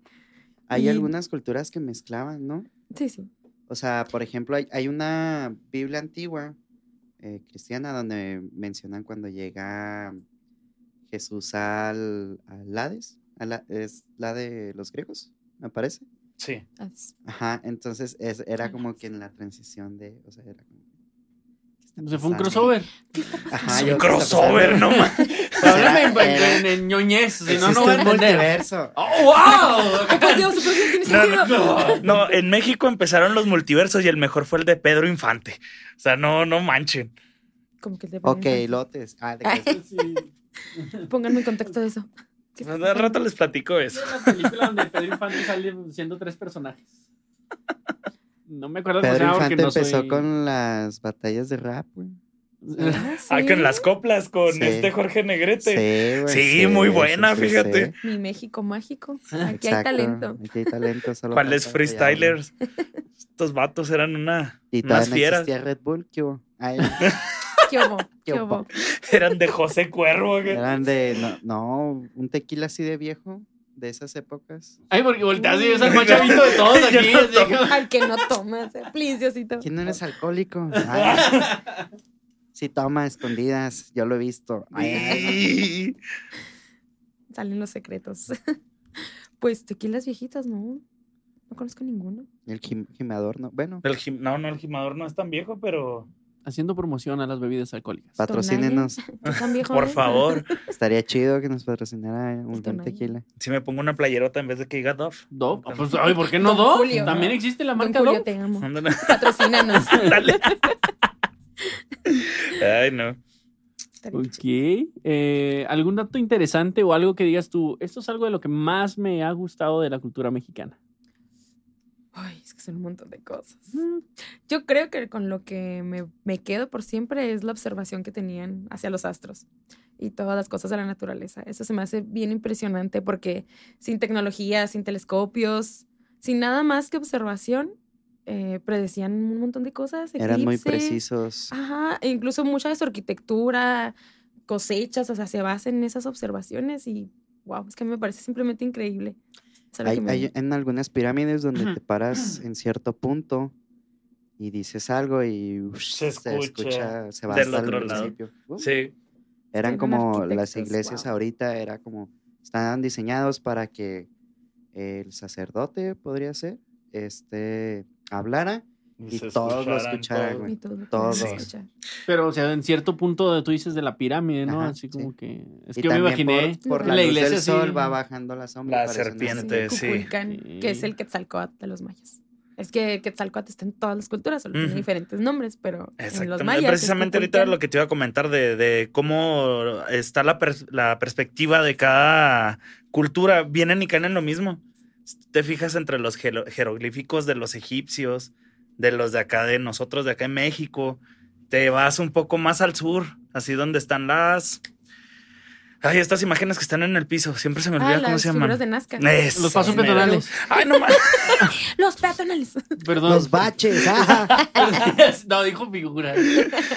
Hay Y- algunas culturas que mezclaban, ¿no? Sí, sí. O sea, por ejemplo, hay, hay una Biblia antigua eh, cristiana donde mencionan cuando llega Jesús al, al Hades, a la- es la de los griegos, me parece. Sí. As- Ajá, entonces es- era como que en la transición de, o sea, era como... ¿qué está Se fue un pasando? crossover. Ajá, es yo, un ¿qué está crossover, pasando? no más. Háblame en, Era- era- en- en ñoñez, si no, Existe no va a un entender. multiverso. ¡Oh, wow! Pues Dios, pues Dios, tiene No, sentido. no, no, en México empezaron los multiversos y el mejor fue el de Pedro Infante. O sea, no, no manchen. Como que el Ok, deporte. lotes. Ah, de Ay. Pues que- Pónganme en contexto de eso. ¿Qué pues, está Al rato pasando? les platico eso. la película donde Pedro Infante sale siendo tres personajes. No me acuerdo cómo se Pedro llama porque Infante no empezó soy... con las batallas de rap, güey. Ah, sí. con las coplas, con Sí. este Jorge Negrete. Sí, güey, Sí, muy buena, fíjate. Mi México mágico. Aquí hay Exacto, talento. Aquí hay talento. Solo ¿Cuáles falta que se llame. freestylers? Estos vatos eran una, Y unas todavía no fieras. existía Red Bull, ¿qué hubo? Ah, Ay, ¿Qué hubo? Qué ¿Qué hubo? Eran de José Cuervo. güey. eran de, no, no, un tequila así de viejo, de esas épocas. Ay, porque volteas y ves al más chavito de todos Yo aquí. no así tomo. como- Al que no tomas. Please, Diosito. ¿Quién no eres alcohólico? Ay. Sí, toma, escondidas, yo lo he visto. Ay. Y- Salen los secretos. Pues tequilas viejitas, no. No conozco ninguno. El gim- gimador, no. Bueno, El gim- no, no, el gimador no es tan viejo, pero Haciendo promoción a las bebidas alcohólicas. patrocínenos. ¿Tú tan viejo por eres? favor, Estaría chido que nos patrocinara un buen Tonaya. tequila. si me pongo una playerota en vez de que diga Duff. Dove. Ah, Pues, ay, ¿por qué no Don Dove? Julio. También existe la Don marca Julio, Dove. te amo. Ándale. Patrocínanos. Dale. Ay, no. Estaría Ok. chido. Eh, ¿Algún dato interesante o algo que digas tú? Esto es algo de lo que más me ha gustado de la cultura mexicana. Ay, es que son un montón de cosas. Yo creo que con lo que me, me quedo por siempre es la observación que tenían hacia los astros y todas las cosas de la naturaleza. Eso se me hace bien impresionante porque sin tecnología, sin telescopios, sin nada más que observación, eh, predecían un montón de cosas. Eran muy eclipses. precisos. Ah, Ajá, e incluso mucha de su arquitectura, cosechas, o sea, se basan en esas observaciones y wow, es que me parece simplemente increíble. Es algo que Hay, me- hay en algunas pirámides donde Ujú. te paras en cierto punto y dices algo y ush, Se escucha se va del hasta el otro lado. principio. Uh, Sí. Eran Eran como las arquitectos, iglesias guau. ahorita, era como, estaban diseñados para que el sacerdote, podría ser, este, hablara, Y se todos lo escucharan escucharan, todos. güey. y todo lo que Todos. puedes escuchar. Pero, o sea, en cierto punto tú dices de la pirámide, ¿no? Ajá, Así sí. como que. Es y que yo me también por- imaginé. por, en la, la luz iglesia del así. sol va bajando la sombra. y La parece una serpiente, serpiente. sí. Kukulcán, que es el Quetzalcoatl de los mayas. Es que Quetzalcoatl está en todas las culturas, solo tiene Ujú. diferentes nombres, pero en los Exactamente. mayas. Precisamente ahorita era lo que te iba a comentar de, de cómo está la, per- la perspectiva de cada cultura. Vienen y caen en lo mismo. Si Te fijas entre los jero- jeroglíficos de los egipcios, de los de acá, de nosotros de acá en México. Te vas un poco más al sur, así donde están las. Ay, estas imágenes que están en el piso. Siempre se me olvida ah, cómo las se figuras llaman. de Nazca. Esas Los pasos meras. peatonales. Ay, no mames. Los peatonales. Perdón. Los baches, ah, no, dijo figuras.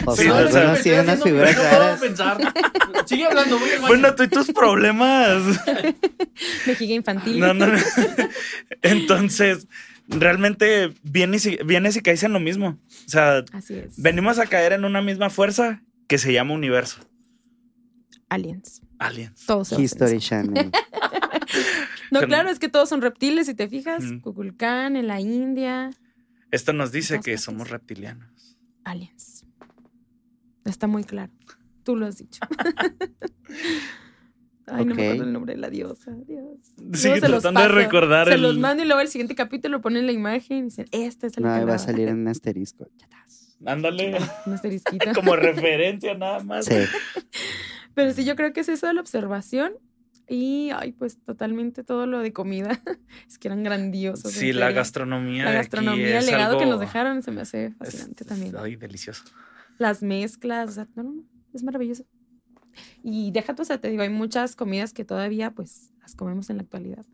pues Sí, o sea, algunos me tienen unas figuras raras. pensar. Sigue hablando, muy Bueno, tú y tus problemas. Mejiga infantil. No, no, no. Entonces, realmente vienes y, vienes y caes en lo mismo. O sea, Así es. venimos a caer en una misma fuerza que se llama universo. Aliens. Aliens. Todos son History Channel. No, Con- claro, es que todos son reptiles, si te fijas. Mm. Kukulcán, en la India, Esto nos dice Todas que partes. somos reptilianos. aliens. Está muy claro. Tú lo has dicho. Ay, no me Ok. acuerdo el nombre de la diosa. Dios. Sí, Luego se los tratando de paso. recordar Se el- los mando y luego el siguiente capítulo ponen la imagen y dicen, esta es la que No, va hablaba". a salir en un asterisco. Ándale, Un asterisquito. como referencia nada más. Sí. Pero sí, yo creo que es eso de la observación. Y, ay, pues totalmente todo lo de comida. Es que eran grandiosos. en Sí, la serio. gastronomía. La de aquí gastronomía, es el legado que algo- nos dejaron, se me hace es- fascinante también. Ay, delicioso. las mezclas, o sea, no, no, no, es maravilloso. Y deja tú, o sea, te digo, hay muchas comidas que todavía pues las comemos en la actualidad.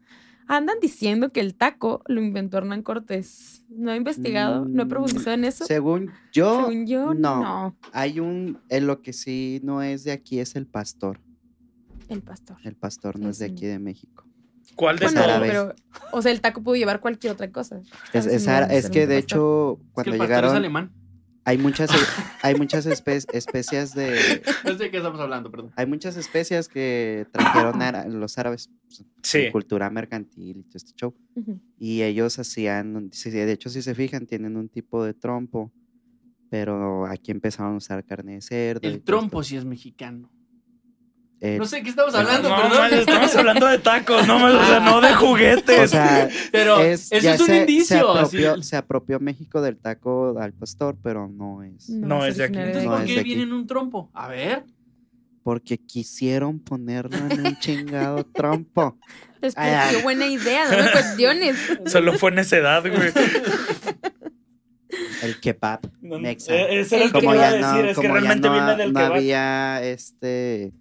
Andan diciendo que el taco lo inventó Hernán Cortés. No he investigado, no he Mm, profundizado en eso. Según yo, Según yo, no. no. hay un, en lo que sí no es de aquí es el pastor. El pastor. El pastor no es de Ujú. aquí de México. ¿Cuál de Es Bueno, todos? árabe. pero, o sea, el taco pudo llevar cualquier otra cosa. Es, Entonces, es no, ara- no es era que un de pastor. hecho Es que cuando el pastor es llegaron alemán. hay muchas e, hay muchas espe- especias de No sé de qué estamos hablando, perdón. hay muchas especias que trajeron ara- los árabes pues, Sí. cultura mercantil y todo este show Ujú. y ellos hacían un- si- de hecho si se fijan tienen un tipo de trompo pero aquí empezaron a usar carne de cerdo y El todo trompo esto. Eh, sí es mexicano. El- No sé de qué estamos hablando, No, perdón. mames, estamos hablando de tacos, no mames, o sea, no de juguetes. o sea Pero es, eso ya es un se, se indicio. así. apropió, se apropió México del taco al pastor pero no es Mm. No, es de aquí. originario Entonces, No, ¿por es qué de aquí. viene en un trompo? A ver. porque quisieron ponerlo en un chingado trompo Les Ay, ay. pareció buena idea, no me cuestiones. Solo fue en esa edad, güey. el kebab No, mexa. eh, ese era el que como te iba ya a decir, no, es que como ya realmente no, viene del no que va. había este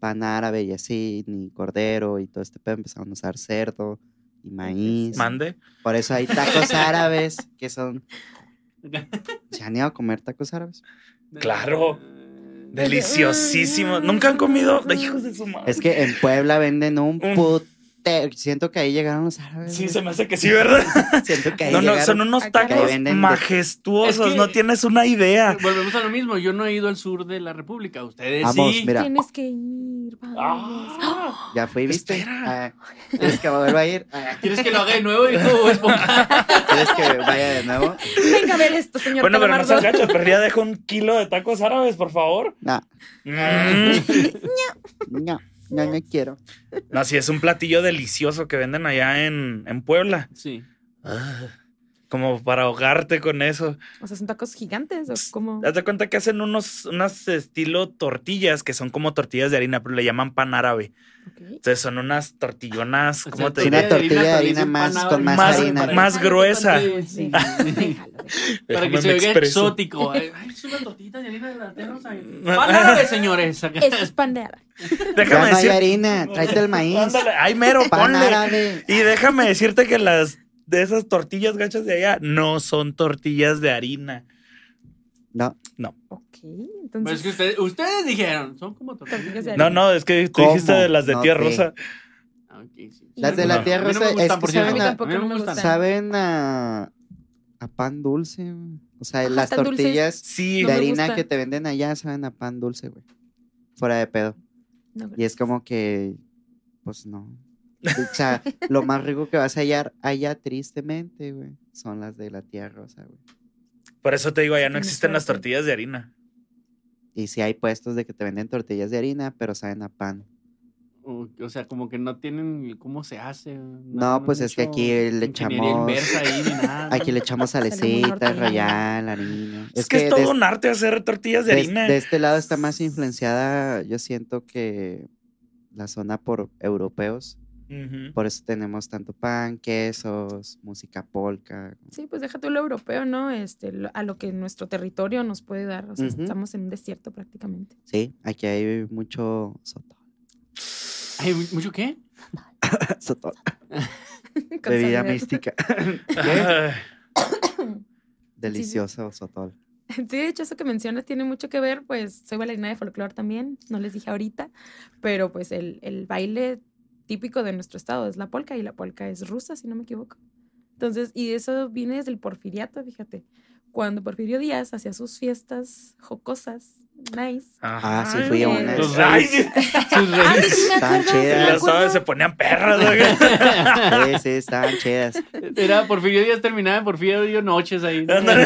pan árabe y así, ni cordero y todo este pedo, empezaron a usar cerdo y maíz. Mande. Por eso hay tacos árabes que son... ¿Se han ido a comer tacos árabes? Claro. Deliciosísimo. Nunca han comido. Hijos de su madre. Es que en Puebla venden un Un- pute... Siento que ahí llegaron los árabes. Sí, güey. se me hace que sí, ¿verdad? Siento que ahí No, no, llegaron. son unos Ay, caray. tacos Venden de- majestuosos. Es que- No tienes una idea. Volvemos a lo mismo. Yo no he ido al sur de la República. Ustedes Vamos, sí. mira, Tienes que ir, vamos. Ah, ya fui, ¿viste? Espera. Ah, ¿Quieres que vuelva a ir? Ah, ¿Quieres que lo haga de nuevo, hijo Bob Esponja? ¿Quieres que vaya de nuevo? Venga a ver esto, señor Bueno, pero no Calamardo. seas gacho. Pero ya dejo un kilo de tacos árabes, por favor. No, Mm. no, no, no quiero. No, sí, es un platillo delicioso que venden allá en, en Puebla. Sí. Ah, Como para ahogarte con eso. O sea, son tacos gigantes o como. Haz de cuenta que hacen unos unas estilo tortillas que son como tortillas de harina, pero le llaman pan árabe. Ok. Entonces son unas tortillonas, O ¿cómo sea, te Es diré? una tortilla de harina harina con más pan con más, más, harina. más gruesa. Sí, sí. Déjalo, déjalo. Para Déjame que se me oiga expreso. exótico. Ay, ay, es una tortita de harina de la tierra, o sea, Pan árabe, señores. Acá. Eso es pan de hada. Ya Déjame no hay decir. harina, tráete el maíz. Ándale, ay, mero, Pan ponle. árabe. Y déjame decirte que las de esas tortillas gachas de allá no son tortillas de harina. No, Ok, Pero Pues es entonces. que ustedes, ustedes dijeron, son como tortillas. Tortillas de de No, no, es que tú ¿Cómo? dijiste de las de No tía te- rosa. Ah, ok, sí. las de la No. tierra A mí no rosa me es gustan, que por cierto. A mí saben, a, tampoco A mí no me me gustan. gustan. saben a, a pan dulce. güey. O sea, Ajá, las están dulces. tortillas Sí, No de me harina gustan. que te venden allá saben a pan dulce, güey. Fuera de pedo. No, Y es como que, pues no. O sea, lo más rico que vas a hallar allá, tristemente, güey, son las de la tierra rosa, güey. por eso te digo, allá no Tienes existen las suerte. tortillas de harina. Y si hay puestos de que te venden tortillas de harina, pero saben a pan. O, o sea, como que no tienen cómo se hace. No, pues han es que hecho aquí le ingeniería echamos- inversa ahí ni nada. Aquí le echamos Sale muy salecita, norteño. rayal, harina. Es, que, es de- todo un arte hacer tortillas de de, harina. de este lado está más influenciada, yo siento que la zona por europeos. Ujú. Por eso tenemos tanto pan, quesos, música polka. Sí, pues deja tú lo europeo, ¿no? Este, lo- a lo que nuestro territorio nos puede dar. O sea, Ujú. estamos en un desierto prácticamente. Sí, aquí hay mucho sotol. Ay, ¿Mucho qué? sotol, Con bebida sabor. mística. Ay. Delicioso sotol. Sí, de hecho, eso que mencionas tiene mucho que ver, pues soy bailarina de folclore también, no les dije ahorita, pero pues el, el baile típico de nuestro estado es la polca y la polca es rusa, si no me equivoco. Entonces, y eso viene desde el porfiriato, fíjate, cuando Porfirio Díaz hacía sus fiestas jocosas, nice. Ah, sí, Ay, fui a güey. una. Los Ay, reyes. sí. Sus Ah, sí, reyes. sí, me Estaban acuerdo, sí, me chidas. Las acuerdo. sábanas se ponían perras. güey. Sí, sí, estaban chidas. Era Porfirio Díaz terminaba, Porfirio dio noches ahí. Ándale.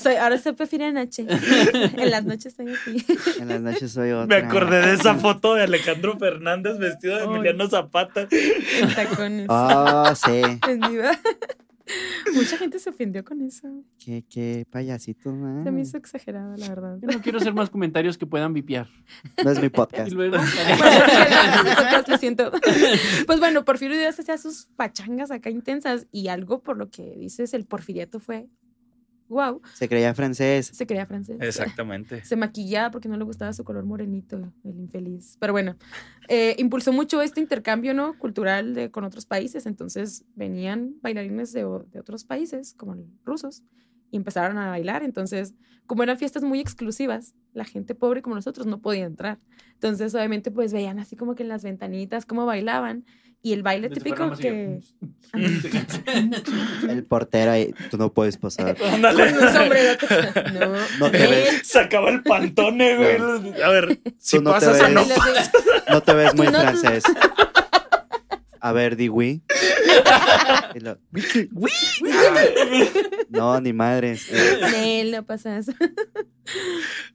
Soy- ahora soy prefiero en noche, en las noches soy así. En las noches soy otra. Me acordé de esa foto de Alejandro Fernández vestido de Ay. Emiliano Zapata. en tacones. Ah. Oh, sí. En diva. Mucha gente se ofendió con eso. Qué, qué payasito, man. Se me hizo exagerado, la verdad. Yo no quiero hacer más comentarios que puedan vipiar. No es mi Y podcast. luego. Bueno, podcast, lo siento. Pues bueno, Porfirio Díaz hacía sus pachangas acá intensas y algo por lo que dices, el porfiriato fue wow, Se creía francés. se creía francés. Exactamente. Se maquillaba porque no le gustaba su color morenito, el infeliz. Pero bueno, eh, impulsó mucho este intercambio ¿no? cultural de, con otros países. Entonces venían bailarines de, o- de otros países, como los rusos, y empezaron a bailar. Entonces, como eran fiestas muy exclusivas, la gente pobre como nosotros no podía entrar. Entonces, obviamente, pues veían así como que en las ventanitas cómo bailaban. Y el baile Mientras típico bailamos, que... El portero ahí. Tú no puedes pasar. Ándale. Con un sombrerote. No, No te ven. ves. Sacaba el pantone, güey. A ver, si Tú no te pasas a ves. no. Y los de- No te ves muy Tú no- francés. A ver, di oui. Y lo- Ah. No, ni madres. Eh, Nel, no pasa eso.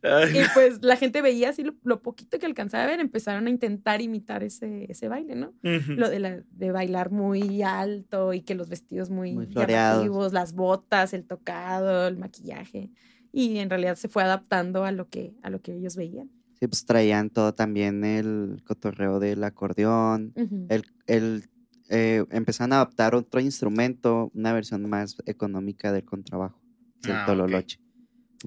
Ay, Y pues la gente veía así lo, lo poquito que alcanzaba a ver, empezaron a intentar imitar ese, ese baile, ¿no? ujú. Lo de, la- de bailar muy alto y que los vestidos muy, Muy floreados. llamativos, las botas, el tocado, el maquillaje. Y en realidad se fue adaptando a lo que, a lo que ellos veían. Sí, pues traían todo también el cotorreo del acordeón. Ujú. El, el, eh, empezaron a adaptar otro instrumento, una versión más económica del contrabajo. del Ah, ok. Tololoche.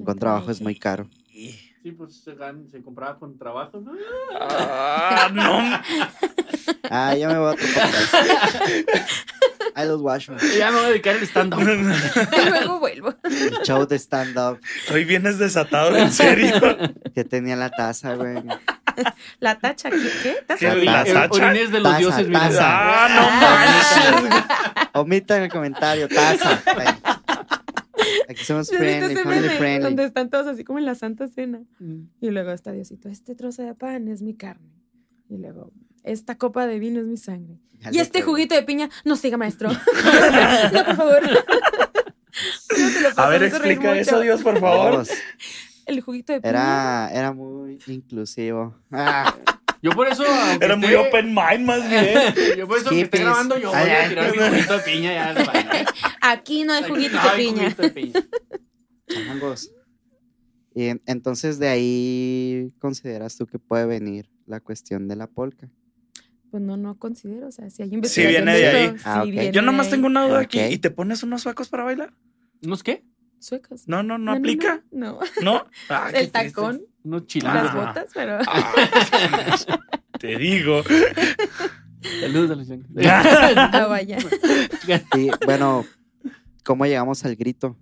Con trabajo es muy caro. Sí, pues se, gan- se compraba con trabajo, ¿no? Ah, no. Ah, ya me voy a otro podcast. I los Washman. Ya me voy a dedicar al stand-up. Y luego vuelvo. El show de stand-up Hoy vienes desatado, en serio. que tenía la taza, güey. La tacha, ¿qué? qué? ¿Qué ¿Taza? rico. la Eh, El sacha? Orines de los Taza, dioses, mira. taza. Ah, no manches. Omitan el comentario, taza. Ahí. Aquí somos ¿Sí has visto friendly, ese family meme friendly. Donde están todos así como en la Santa Cena. Mm. Y luego está Diosito, este trozo de pan es mi carne. Y luego, esta copa de vino es mi sangre. Ya Y le este pego. juguito de piña, no siga, maestro. no, por favor. No te lo paso, A ver, me hizo reír explica mucho. eso, Dios, por favor. Todos. El juguito de piña. Era, era muy inclusivo. Ah, Yo por eso. aunque Era muy esté- open mind, más bien. Yo por eso que esté Hippies. grabando, yo voy a Ay, tirar mi ay. juguito de piña ya. al baño. Aquí no hay Ay, juguito no de hay piña. juguito de piña. changos. Y en- entonces de ahí consideras tú que puede venir la cuestión de la polca. Pues no, no considero. O sea, si hay Sí, investigación. viene de eso, ahí. sí Ah, ok. viene Yo nomás de tengo ahí. una duda aquí. Ok. ¿Y te pones unos suecos para bailar? ¿Unos qué? Suecos. No, no, no aplica. No. ¿No? Ah, qué El triste. tacón, Unos las chilanos. Ah. botas, pero. Ah, Te digo. Saludos a los yankees. Ah, vaya. Y bueno, ¿cómo llegamos al grito?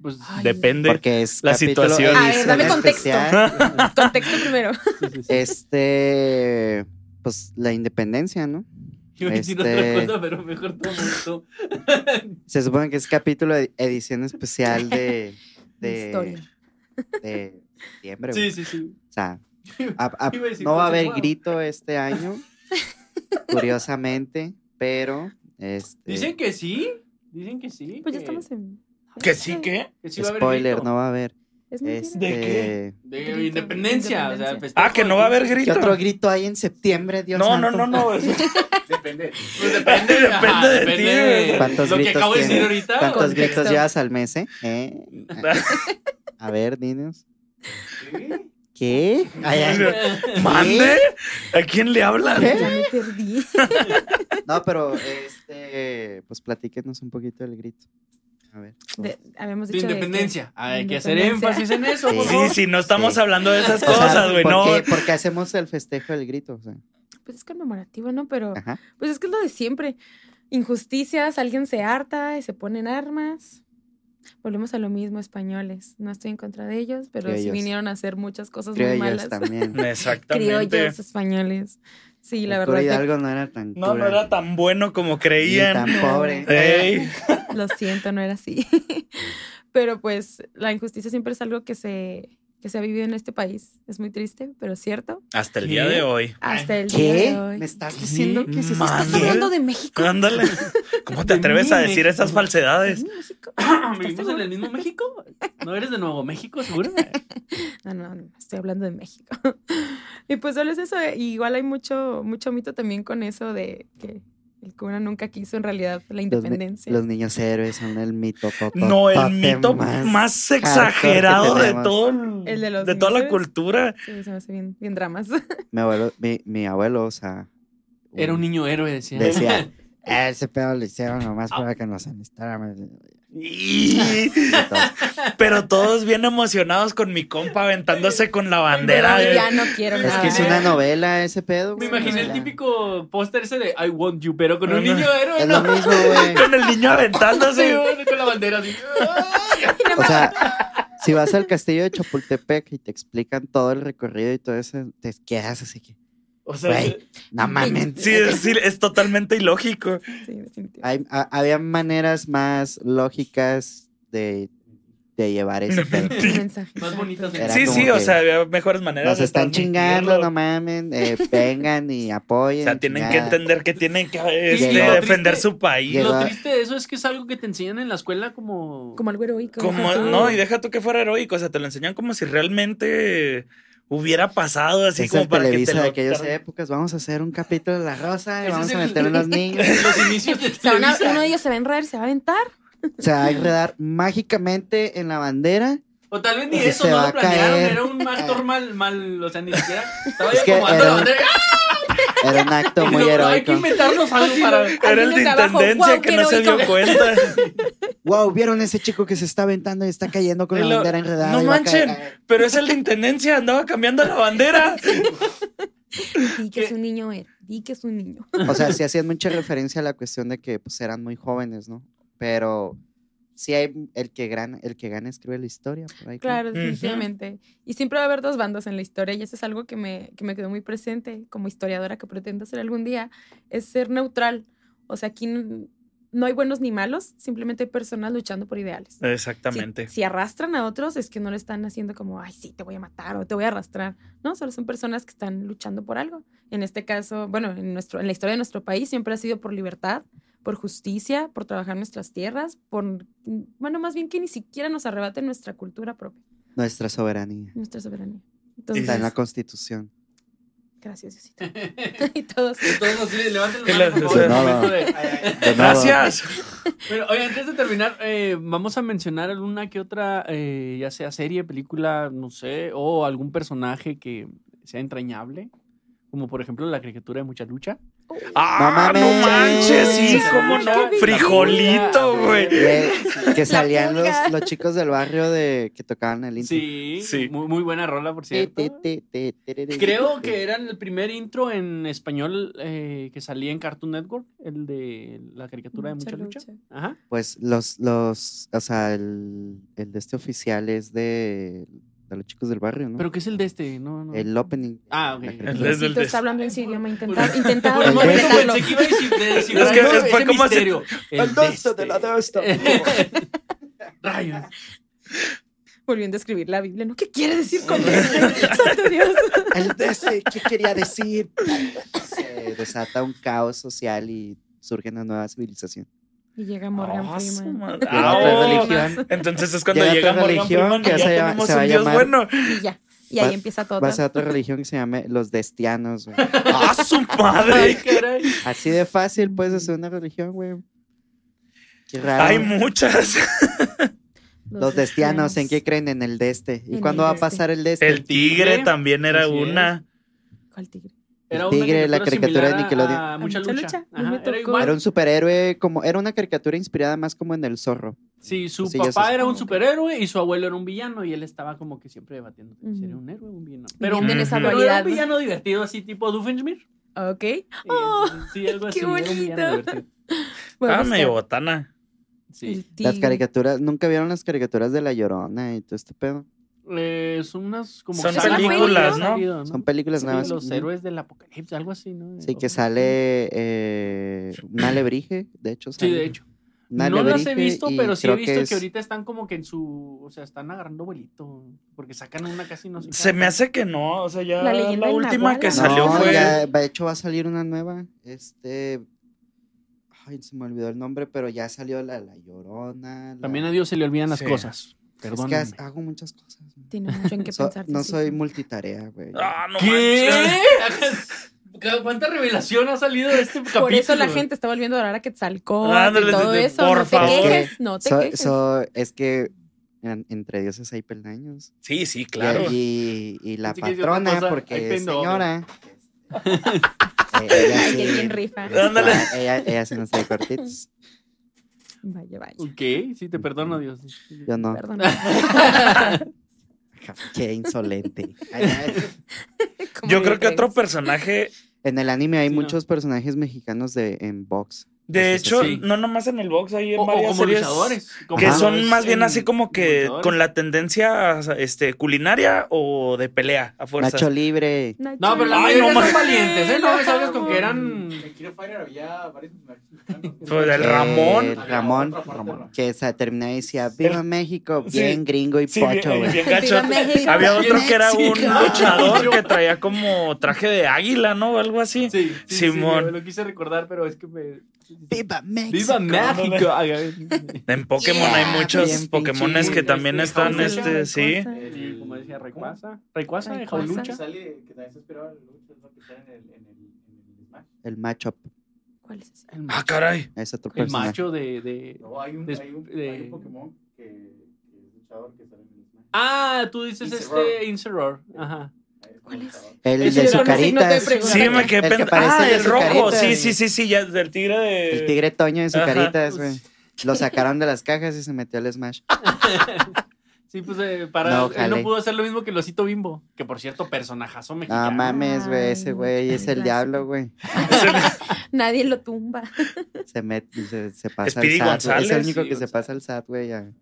Pues, Ay, Depende. Porque es La capítulo- situación. A ver, dame edición contexto. Contexto primero. sí, sí, sí. Este, pues la independencia, ¿no? Yo iba a decir otra este- cosa, pero mejor tomo esto. Se supone que es capítulo de edición especial de, de, Historia. de septiembre. Sí, güey. sí, sí. O sea, a- a- Iba a decir no va a haber consensuado. grito este año, curiosamente, pero este, Dicen que sí. Dicen que sí. Pues ya que- estamos en. ¿Que sí que? que sí va a haber spoiler, grito. no va a haber. Es Este, mentira. ¿De qué? De Grito, independencia. O sea, independencia. festejo Ah, que de no va a haber quince- ¿Qué grito. otro grito hay en septiembre, Dios No, no, santo? no, no. Pues Depende. depende, depende de ti, güey. ¿Cuántos Lo que gritos acabo de decir tiene? ahorita. ¿Cuántos Sí. Contexto. gritos llevas al mes, eh? ¿Eh? A ver, dinos. ¿Qué? Ay, ay, ¿Mande? ¿A quién le hablan? ¿Qué? Ya me perdí. No, pero este, pues platíquenos un poquito del grito. A ver. De- habíamos De dicho. de que- independencia. Hay que hacer Independencia. énfaus en eso, por Sí. Sí, favor. sí, no estamos Sí. hablando de esas O sea, cosas, güey. ¿por No. qué- por qué hacemos el festejo del grito? O sea, Pues es conmemorativo, ¿no? Pero. ajá. Pues es que es lo de siempre. Injusticias, alguien se harta y se ponen armas. Volvemos a lo mismo, españoles. No estoy en contra de ellos, pero sí Criollos. vinieron a hacer muchas cosas muy Criollos malas. también. Exactamente. Criollos españoles. Sí, la El cura verdad. Hidalgo no era tan No, no cura, era tan Eh. bueno como ni creían. tan pobre. Ey. que- lo siento, no era así. pero pues la injusticia siempre es algo que se, que se ha vivido en este país. Es muy triste, pero cierto. Hasta el día de hoy. Hasta el día ¿Qué? de hoy. ¿Me estás diciendo que se Madre. ¿Estás hablando de México? Ándale. ¿Cómo te De atreves mí, a decir México. esas falsedades? ¿Sí, México? Ah, ¿Vivimos en el mismo México? ¿No eres de Nuevo México, seguro? No, Ah, no, no, estoy hablando de México. y pues solo es eso. eh, y igual hay mucho, mucho mito también con eso de que el cura nunca quiso en realidad Los, la ni- independencia. los niños héroes son el mito. to- to- No, el tote mito más. más hardcore exagerado que de tenemos. todo el- El de los de toda la mises. cultura. Sí, se me hace bien, bien dramas. Mi abuelo, mi, mi abuelo, o sea. Era un niño héroe, decía. Decía, ese pedo lo hicieron nomás para que nos amistáramos. Y- Pero todos bien emocionados con mi compa aventándose con la bandera. Ay, de- ya no quiero eh, Es nada. Ah, que es una novela ese pedo. Me güey, imaginé o el sea, típico póster ese de I want you, pero con un Ajá. niño héroe, Es lo ¿no? mismo, güey. Con el niño Sí, aventándose. bueno, con la bandera así. O sea, si vas al castillo de Chapultepec y te explican todo el recorrido y todo eso, te quedas así que, O sea, güey, no mames. sí, es, sí, es totalmente ilógico. ¿eh? Sí, definitivamente. Hay- ha- había maneras más lógicas de, de llevar ese pedo. Un mensaje. Más bonitas. Era sí, como sí, o que sea, había mejores maneras. Nos de están chingando, transmitirlo. no mamen. eh, vengan y apoyen. O sea, tienen que chingada. entender que tienen que este, lo triste- defender su país. y Lo Llegaba- triste de eso es que es algo que te enseñan en la escuela como... Como algo heroico. Como, Ajá. no, y deja tú que fuera heroico, o sea, te lo enseñan como si realmente hubiera pasado, así es como el para que te Televisa lo de aquellas tar- épocas. Vamos a hacer un capítulo de La Rosa y Ese vamos es a el- meter a los niños. Los inicios de Se van a- Televisa. uno de ellos se va a enredar, se va a aventar. Se va a enredar mágicamente en la bandera. O tal vez ni Y eso, se no va lo a planearon, caer. Eh. era un actor mal, mal, o sea, ni siquiera estaba Es ya que acomodando la era- bandera. Era un acto muy No, Hay que heroico. inventarnos algo para... Era el Alguien de de abajo, intendencia "Guau, que qué no se dio heroico". cuenta. wow, ¿vieron ese chico que se está aventando y está cayendo con la Lo- bandera enredada? no y va a caer"? manchen, pero es el de intendencia, andaba cambiando la bandera. Di Eh, que es un niño, era. Di que es un niño. O sea, sí hacían mucha referencia a la cuestión de que pues, eran muy jóvenes, ¿no? Pero sí hay el que, gran, el que gana escribe la historia. por ahí, ¿no? Claro, Ujú. definitivamente. Y siempre va a haber dos bandos en la historia y eso es algo que me, que me quedó muy presente como historiadora que pretendo ser algún día, es ser neutral. O sea, aquí n- no hay buenos ni malos, simplemente hay personas luchando por ideales. Si- Exactamente. Si, arrastran a otros es que no le están haciendo como, ay, sí, te voy a matar o te voy a arrastrar. No, solo son personas que están luchando por algo. En este caso, bueno, en, nuestro, en la historia de nuestro país siempre ha sido por libertad, por justicia, por trabajar nuestras tierras, por, bueno, más bien que ni siquiera nos arrebaten nuestra cultura propia. Nuestra soberanía. Nuestra soberanía. Está Entonces, en la constitución. gracias, Diosito. y todos. Todos así, levanten Que la mano, la- por favor, en No, no. momento de- De nada. Gracias. Pero, oye, antes de terminar, eh, vamos a mencionar alguna que otra, eh, ya sea serie, película, no sé, o algún personaje que sea entrañable. Como por ejemplo la caricatura de Mucha Lucha. Ah, No no, mames. manches, sí, cómo no. Qué Frijolito, belleza. güey. Y, eh, Que salían los, pulga. los chicos del barrio de que tocaban el intro. Sí, Sí. Muy, muy buena rola, por Ti, cierto. ti, ti, ti, tiriri, Creo ti. que era el primer intro en español eh, que salía en Cartoon Network, el de la caricatura de Mucha Lucha. Ajá. Pues los, los, o sea, el, el de este oficial es de, de los chicos del barrio, ¿no? Pero ¿qué es el de este? No, no. el opening. Ah, ok. La El caricatura. de- Diosito des- Ah, está hablando en su idioma. Intentado, Por- intentado Por un momento completarlo. pensé que iba a decir- de- descifrar Es que ese fue como así- misterio. El de este. Rayos. Volviendo a escribir la Biblia. ¿no? ¿Qué quiere decir con esto? Santo Dios. El de ese, ¿qué quería decir? Se desata un caos social y surge una nueva civilización. Y llega Morgan Ah, su Freeman. pues, madre. Llega Ah, otra oh. religión. Entonces es cuando Llega llega otra Morgan religión Freeman y que ya se va- tenemos se va un a dios llamar- bueno. Y ya. Y ahí Va- empieza todo. Va a ser otra religión que se llame los destianos, güey. ¡Ah, su Ay, madre! caray. Así de fácil puedes hacer una religión, güey. Qué raro. Hay muchas. Los destianos, ¿en qué creen? En el de este. ¿Y En cuándo el va a deste. pasar el de este? El tigre también era Así es. una. ¿Cuál tigre? Era El una tigre, la caricatura de similar a- Nickelodeon. a Mucha A Mucha lucha. Lucha. Ajá, Me era tocó. igual. Era un superhéroe, como era una caricatura inspirada más como en el zorro. Sí, su Sí, ya papá sé. era un superhéroe y su abuelo era un villano y él estaba como que siempre debatiendo si Ujú. era un héroe o un villano. Pero, Pero, en esa Ujú. pero era dualidad. un villano divertido así tipo Doofenshmirtz. ¿no? Ok. Sí, Oh, sí, algo así. qué era un villano bonito. divertido. Voy a Ah, buscar medio botana. Sí. el Las tigre. caricaturas, nunca vieron las caricaturas de La Llorona y todo este pedo. Eh, son unas como Son que salen películas, muy ¿no? seguido, ¿no? Son películas Sí, nada más. los héroes del apocalipsis, algo así, ¿no? Sí, O- que sale eh, un alebrije, de hecho. Sí, sale de hecho. un no las he alebrije visto, y pero sí he creo visto que, es- ahorita están como que en su. O sea, están agarrando vuelito. Porque sacan una casi no sé. Se me hace que no. O sea, ya la, La leyenda del última que Nahual. salió No, fue. ya, de hecho, va a salir una nueva. Este. Ay, se me olvidó el nombre, pero ya salió la, la Llorona. la- También a Dios se le olvidan las Sí. cosas. Es Perdón. que has- hago muchas cosas. güey. Tiene mucho en qué So- pensar. no Diosito. soy multitarea, güey. Ah, no ¿Qué? manches. ¿Cuánta revelación ha salido de este capítulo? Por eso la gente está volviendo a adorar a Quetzalcóatl Ándale, y todo de- de- eso. por no te favor. quejes, no te So- quejes. so- es que en- entre dioses hay peldaños. Sí, sí, claro. Y, y- y la Pensé que decía patrona, otra cosa, hay porque es pendón. señora. Eh, ella Ay, sí- Ah. qué bien rifa. ella- Ándale. Ella, ella sí nos trae cortitos. Vaya, vaya. Ok, sí, te perdono, Dios. Yo no. Perdón. Qué insolente. Ay, ay. ¿Cómo Yo me creo que atreves? otro personaje. En el anime hay Sí, no. muchos personajes mexicanos de en box. De Entonces, hecho, así, sí. no nomás en el box, hay en O, o varias como series luchadores. como Que Ajá. son luchadores más bien en- así como que luchadores. con la tendencia este, culinaria o de pelea a fuerzas. Nacho Libre. Nacho, No, pero la Ay, no mayoría mames. son valientes, ¿eh? No me salgas con que eran. Pues el Ramón. Eh, Ramón, Ramón, que se terminaba y decía, viva México, Sí. bien gringo y Sí, pocho, bien, güey. bien gacho. Viva México. Había otro que era un México. luchador que traía como traje de águila, ¿no? O algo así. Sí, sí, sí, Simón. lo- lo quise recordar, pero es que me. Viva México. ¡Viva México! En Pokémon Yeah, hay muchos bien Pokémones pinche. que también Este, están, Jaula, este, sí. Cosa. Y como decía, Rayquaza. Rayquaza, de Rayquaza. Jaulucha. sale, que también se esperaba el lucha, es lo que sale en el, en el, en el Smash. El matchup. ¿Cuál es ese? El Ah, macho, caray. Es otro el personaje. macho de. de- No, hay un, Des- hay un, de- hay un Pokémon que, que es luchador que sale en el Smash. Ah, tú dices Incerror. este Inceror. Ajá. Hay un ¿Cuál es? luchador. El Ese de era su un signo de carita. pregunta. Sí, me quedé El que pensando. parece Ah, de el su rojo. carita, Sí, güey. sí, sí, sí, ya, del tigre de. El tigre Toño de su Ajá. carita, güey. Lo sacaron de las cajas y se metió al Smash. Sí, pues eh, para. No, él no jale. pudo hacer lo mismo que el osito bimbo. Que por cierto, personajazo mexicano. Ah, mames, güey, ese Ay, güey es el clásico. diablo, güey. Nadie lo tumba. Se mete, se, se pasa al Speedy SAT. güey. Es el González, único sí, que se González. pasa al SAT, güey, a,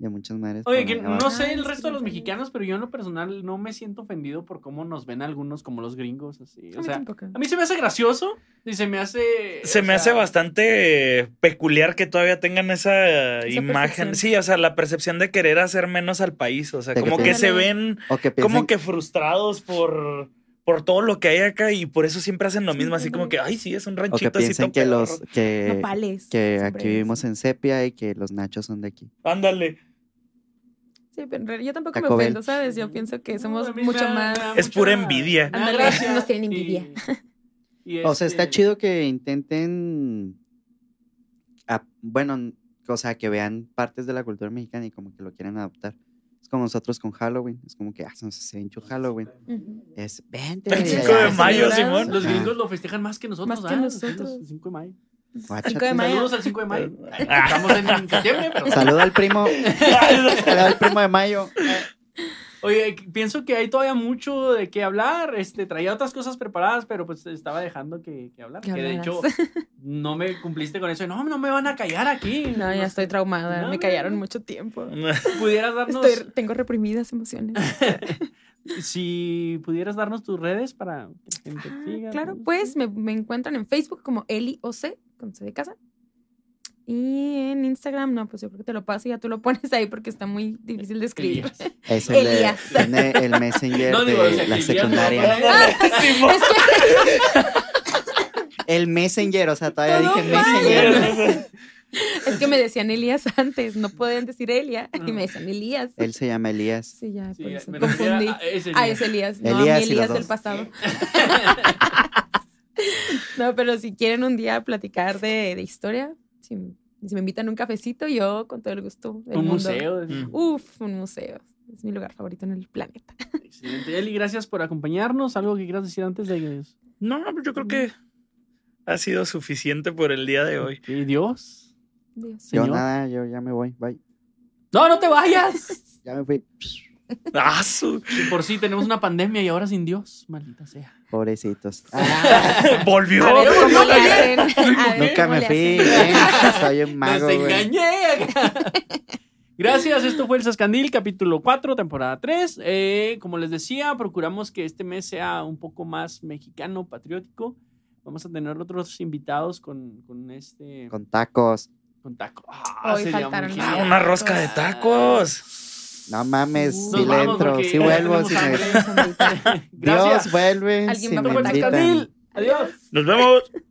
y a muchas madres. Oye, por Ah, que ahí abajo. no sé Ay, el sí, resto de los también. mexicanos, pero yo en lo personal no me siento ofendido por cómo nos ven algunos como los gringos, así. A O mí sea, tampoco. a mí se me hace gracioso y se me hace. Se o me sea, hace bastante peculiar que todavía tengan esa, imagen. percepción. Sí, o sea, la percepción de querer hacer menos al país. O sea, De que como que piensan- se ven O que piensan como que frustrados por, por todo lo que hay acá y por eso siempre hacen lo Sí, mismo. Así ajá. como que, ay, sí, es un o que, ranchito así piensen todo que, pedorro". los, que, Nopales. que sombreros. aquí vivimos en sepia y que los nachos son de aquí. Ándale. Sí, pero en realidad yo tampoco Taco me Bell. ofendo, ¿sabes? Pues Yo pienso que somos a mí me mucho da- más. me da Es mucha- pura envidia. me da Ándale, gracia nos tienen y- envidia. y O sea, está este- chido que intenten, a- bueno, n- o sea, que vean partes de la cultura mexicana y como que lo quieren adaptar. Es como nosotros con Halloween. Es como que, ah, no sé, se hinchó Halloween. Ujú. Es 20 El 5 de mayo, Simón. Ah. Los gringos lo festejan más que nosotros. Más que ah, nosotros. El 5 de mayo. Cinco de mayo. Saludos al 5 de mayo. Estamos en septiembre, pero. Saluda al primo. Saluda al primo de mayo. Oye, que- pienso que hay todavía mucho de qué hablar. Este, traía otras cosas preparadas, pero pues estaba dejando que, que hablar. Que Que de hecho, hablaras. no me cumpliste con eso. No, no me van a callar aquí. No, ya estoy traumada. No, me no, callaron no. mucho tiempo. Pudieras darnos, Estoy, tengo reprimidas emociones. si pudieras darnos tus redes para que la gente Ah, te siga, claro, ¿no? pues me, me encuentran en Facebook como Eli OC, con C de casa. Y en Instagram, no, pues yo creo que te lo paso y ya tú lo pones ahí porque está muy difícil de escribir. Elías. Es el, de, Elías. tiene el messenger No, digo, o de sea, la Elías secundaria. Simón. Es que El messenger, o sea, todavía Todo dije mal. messenger. Es que me decían Elías antes, no podían decir Elia y me decían Elías. Él se llama Elías. Sí, ya, Ah. Sí, por eso me refiero confundí. a- ese Ah, día. es Elías, no, Elías a y mí los Elías dos. del pasado. no, pero si quieren un día platicar de, de historia, si, si me invitan a un cafecito, yo con todo el gusto del Un mundo. museo. Mm. Uf, un museo. Es mi lugar favorito en el planeta. Excelente. Eli, gracias por acompañarnos. ¿Algo que quieras decir antes de que No, pues yo creo que ha sido suficiente por el día de hoy. que Dios? Dios. Yo Señor. nada, yo ya me voy. Bye. No, no te vayas. Ya me fui. Ah, su- Y Por si tenemos una pandemia y ahora sin Dios, maldita sea. Pobrecitos. Volvió. A ver cómo le hacen. A ver Ah, Nunca cómo me le fui. eh. hacen. Soy un mago, ¡Nos güey. engañé! Gracias, esto fue El Sascandil, capítulo 4, temporada 3. Eh, como les decía, procuramos que este mes sea un poco más mexicano, patriótico. Vamos a tener otros invitados con, con este... Con, Con tacos. taco. Ah, Hoy sería muy faltaron genial. Ah, una rosca de tacos. No mames, Nos si le vamos entro, porque si ya vuelvo, tenemos si me... hambre. Gracias. Dios vuelve, Alguien si va a me por Esto fue El invitan. Sascandil. Adiós. Nos vemos.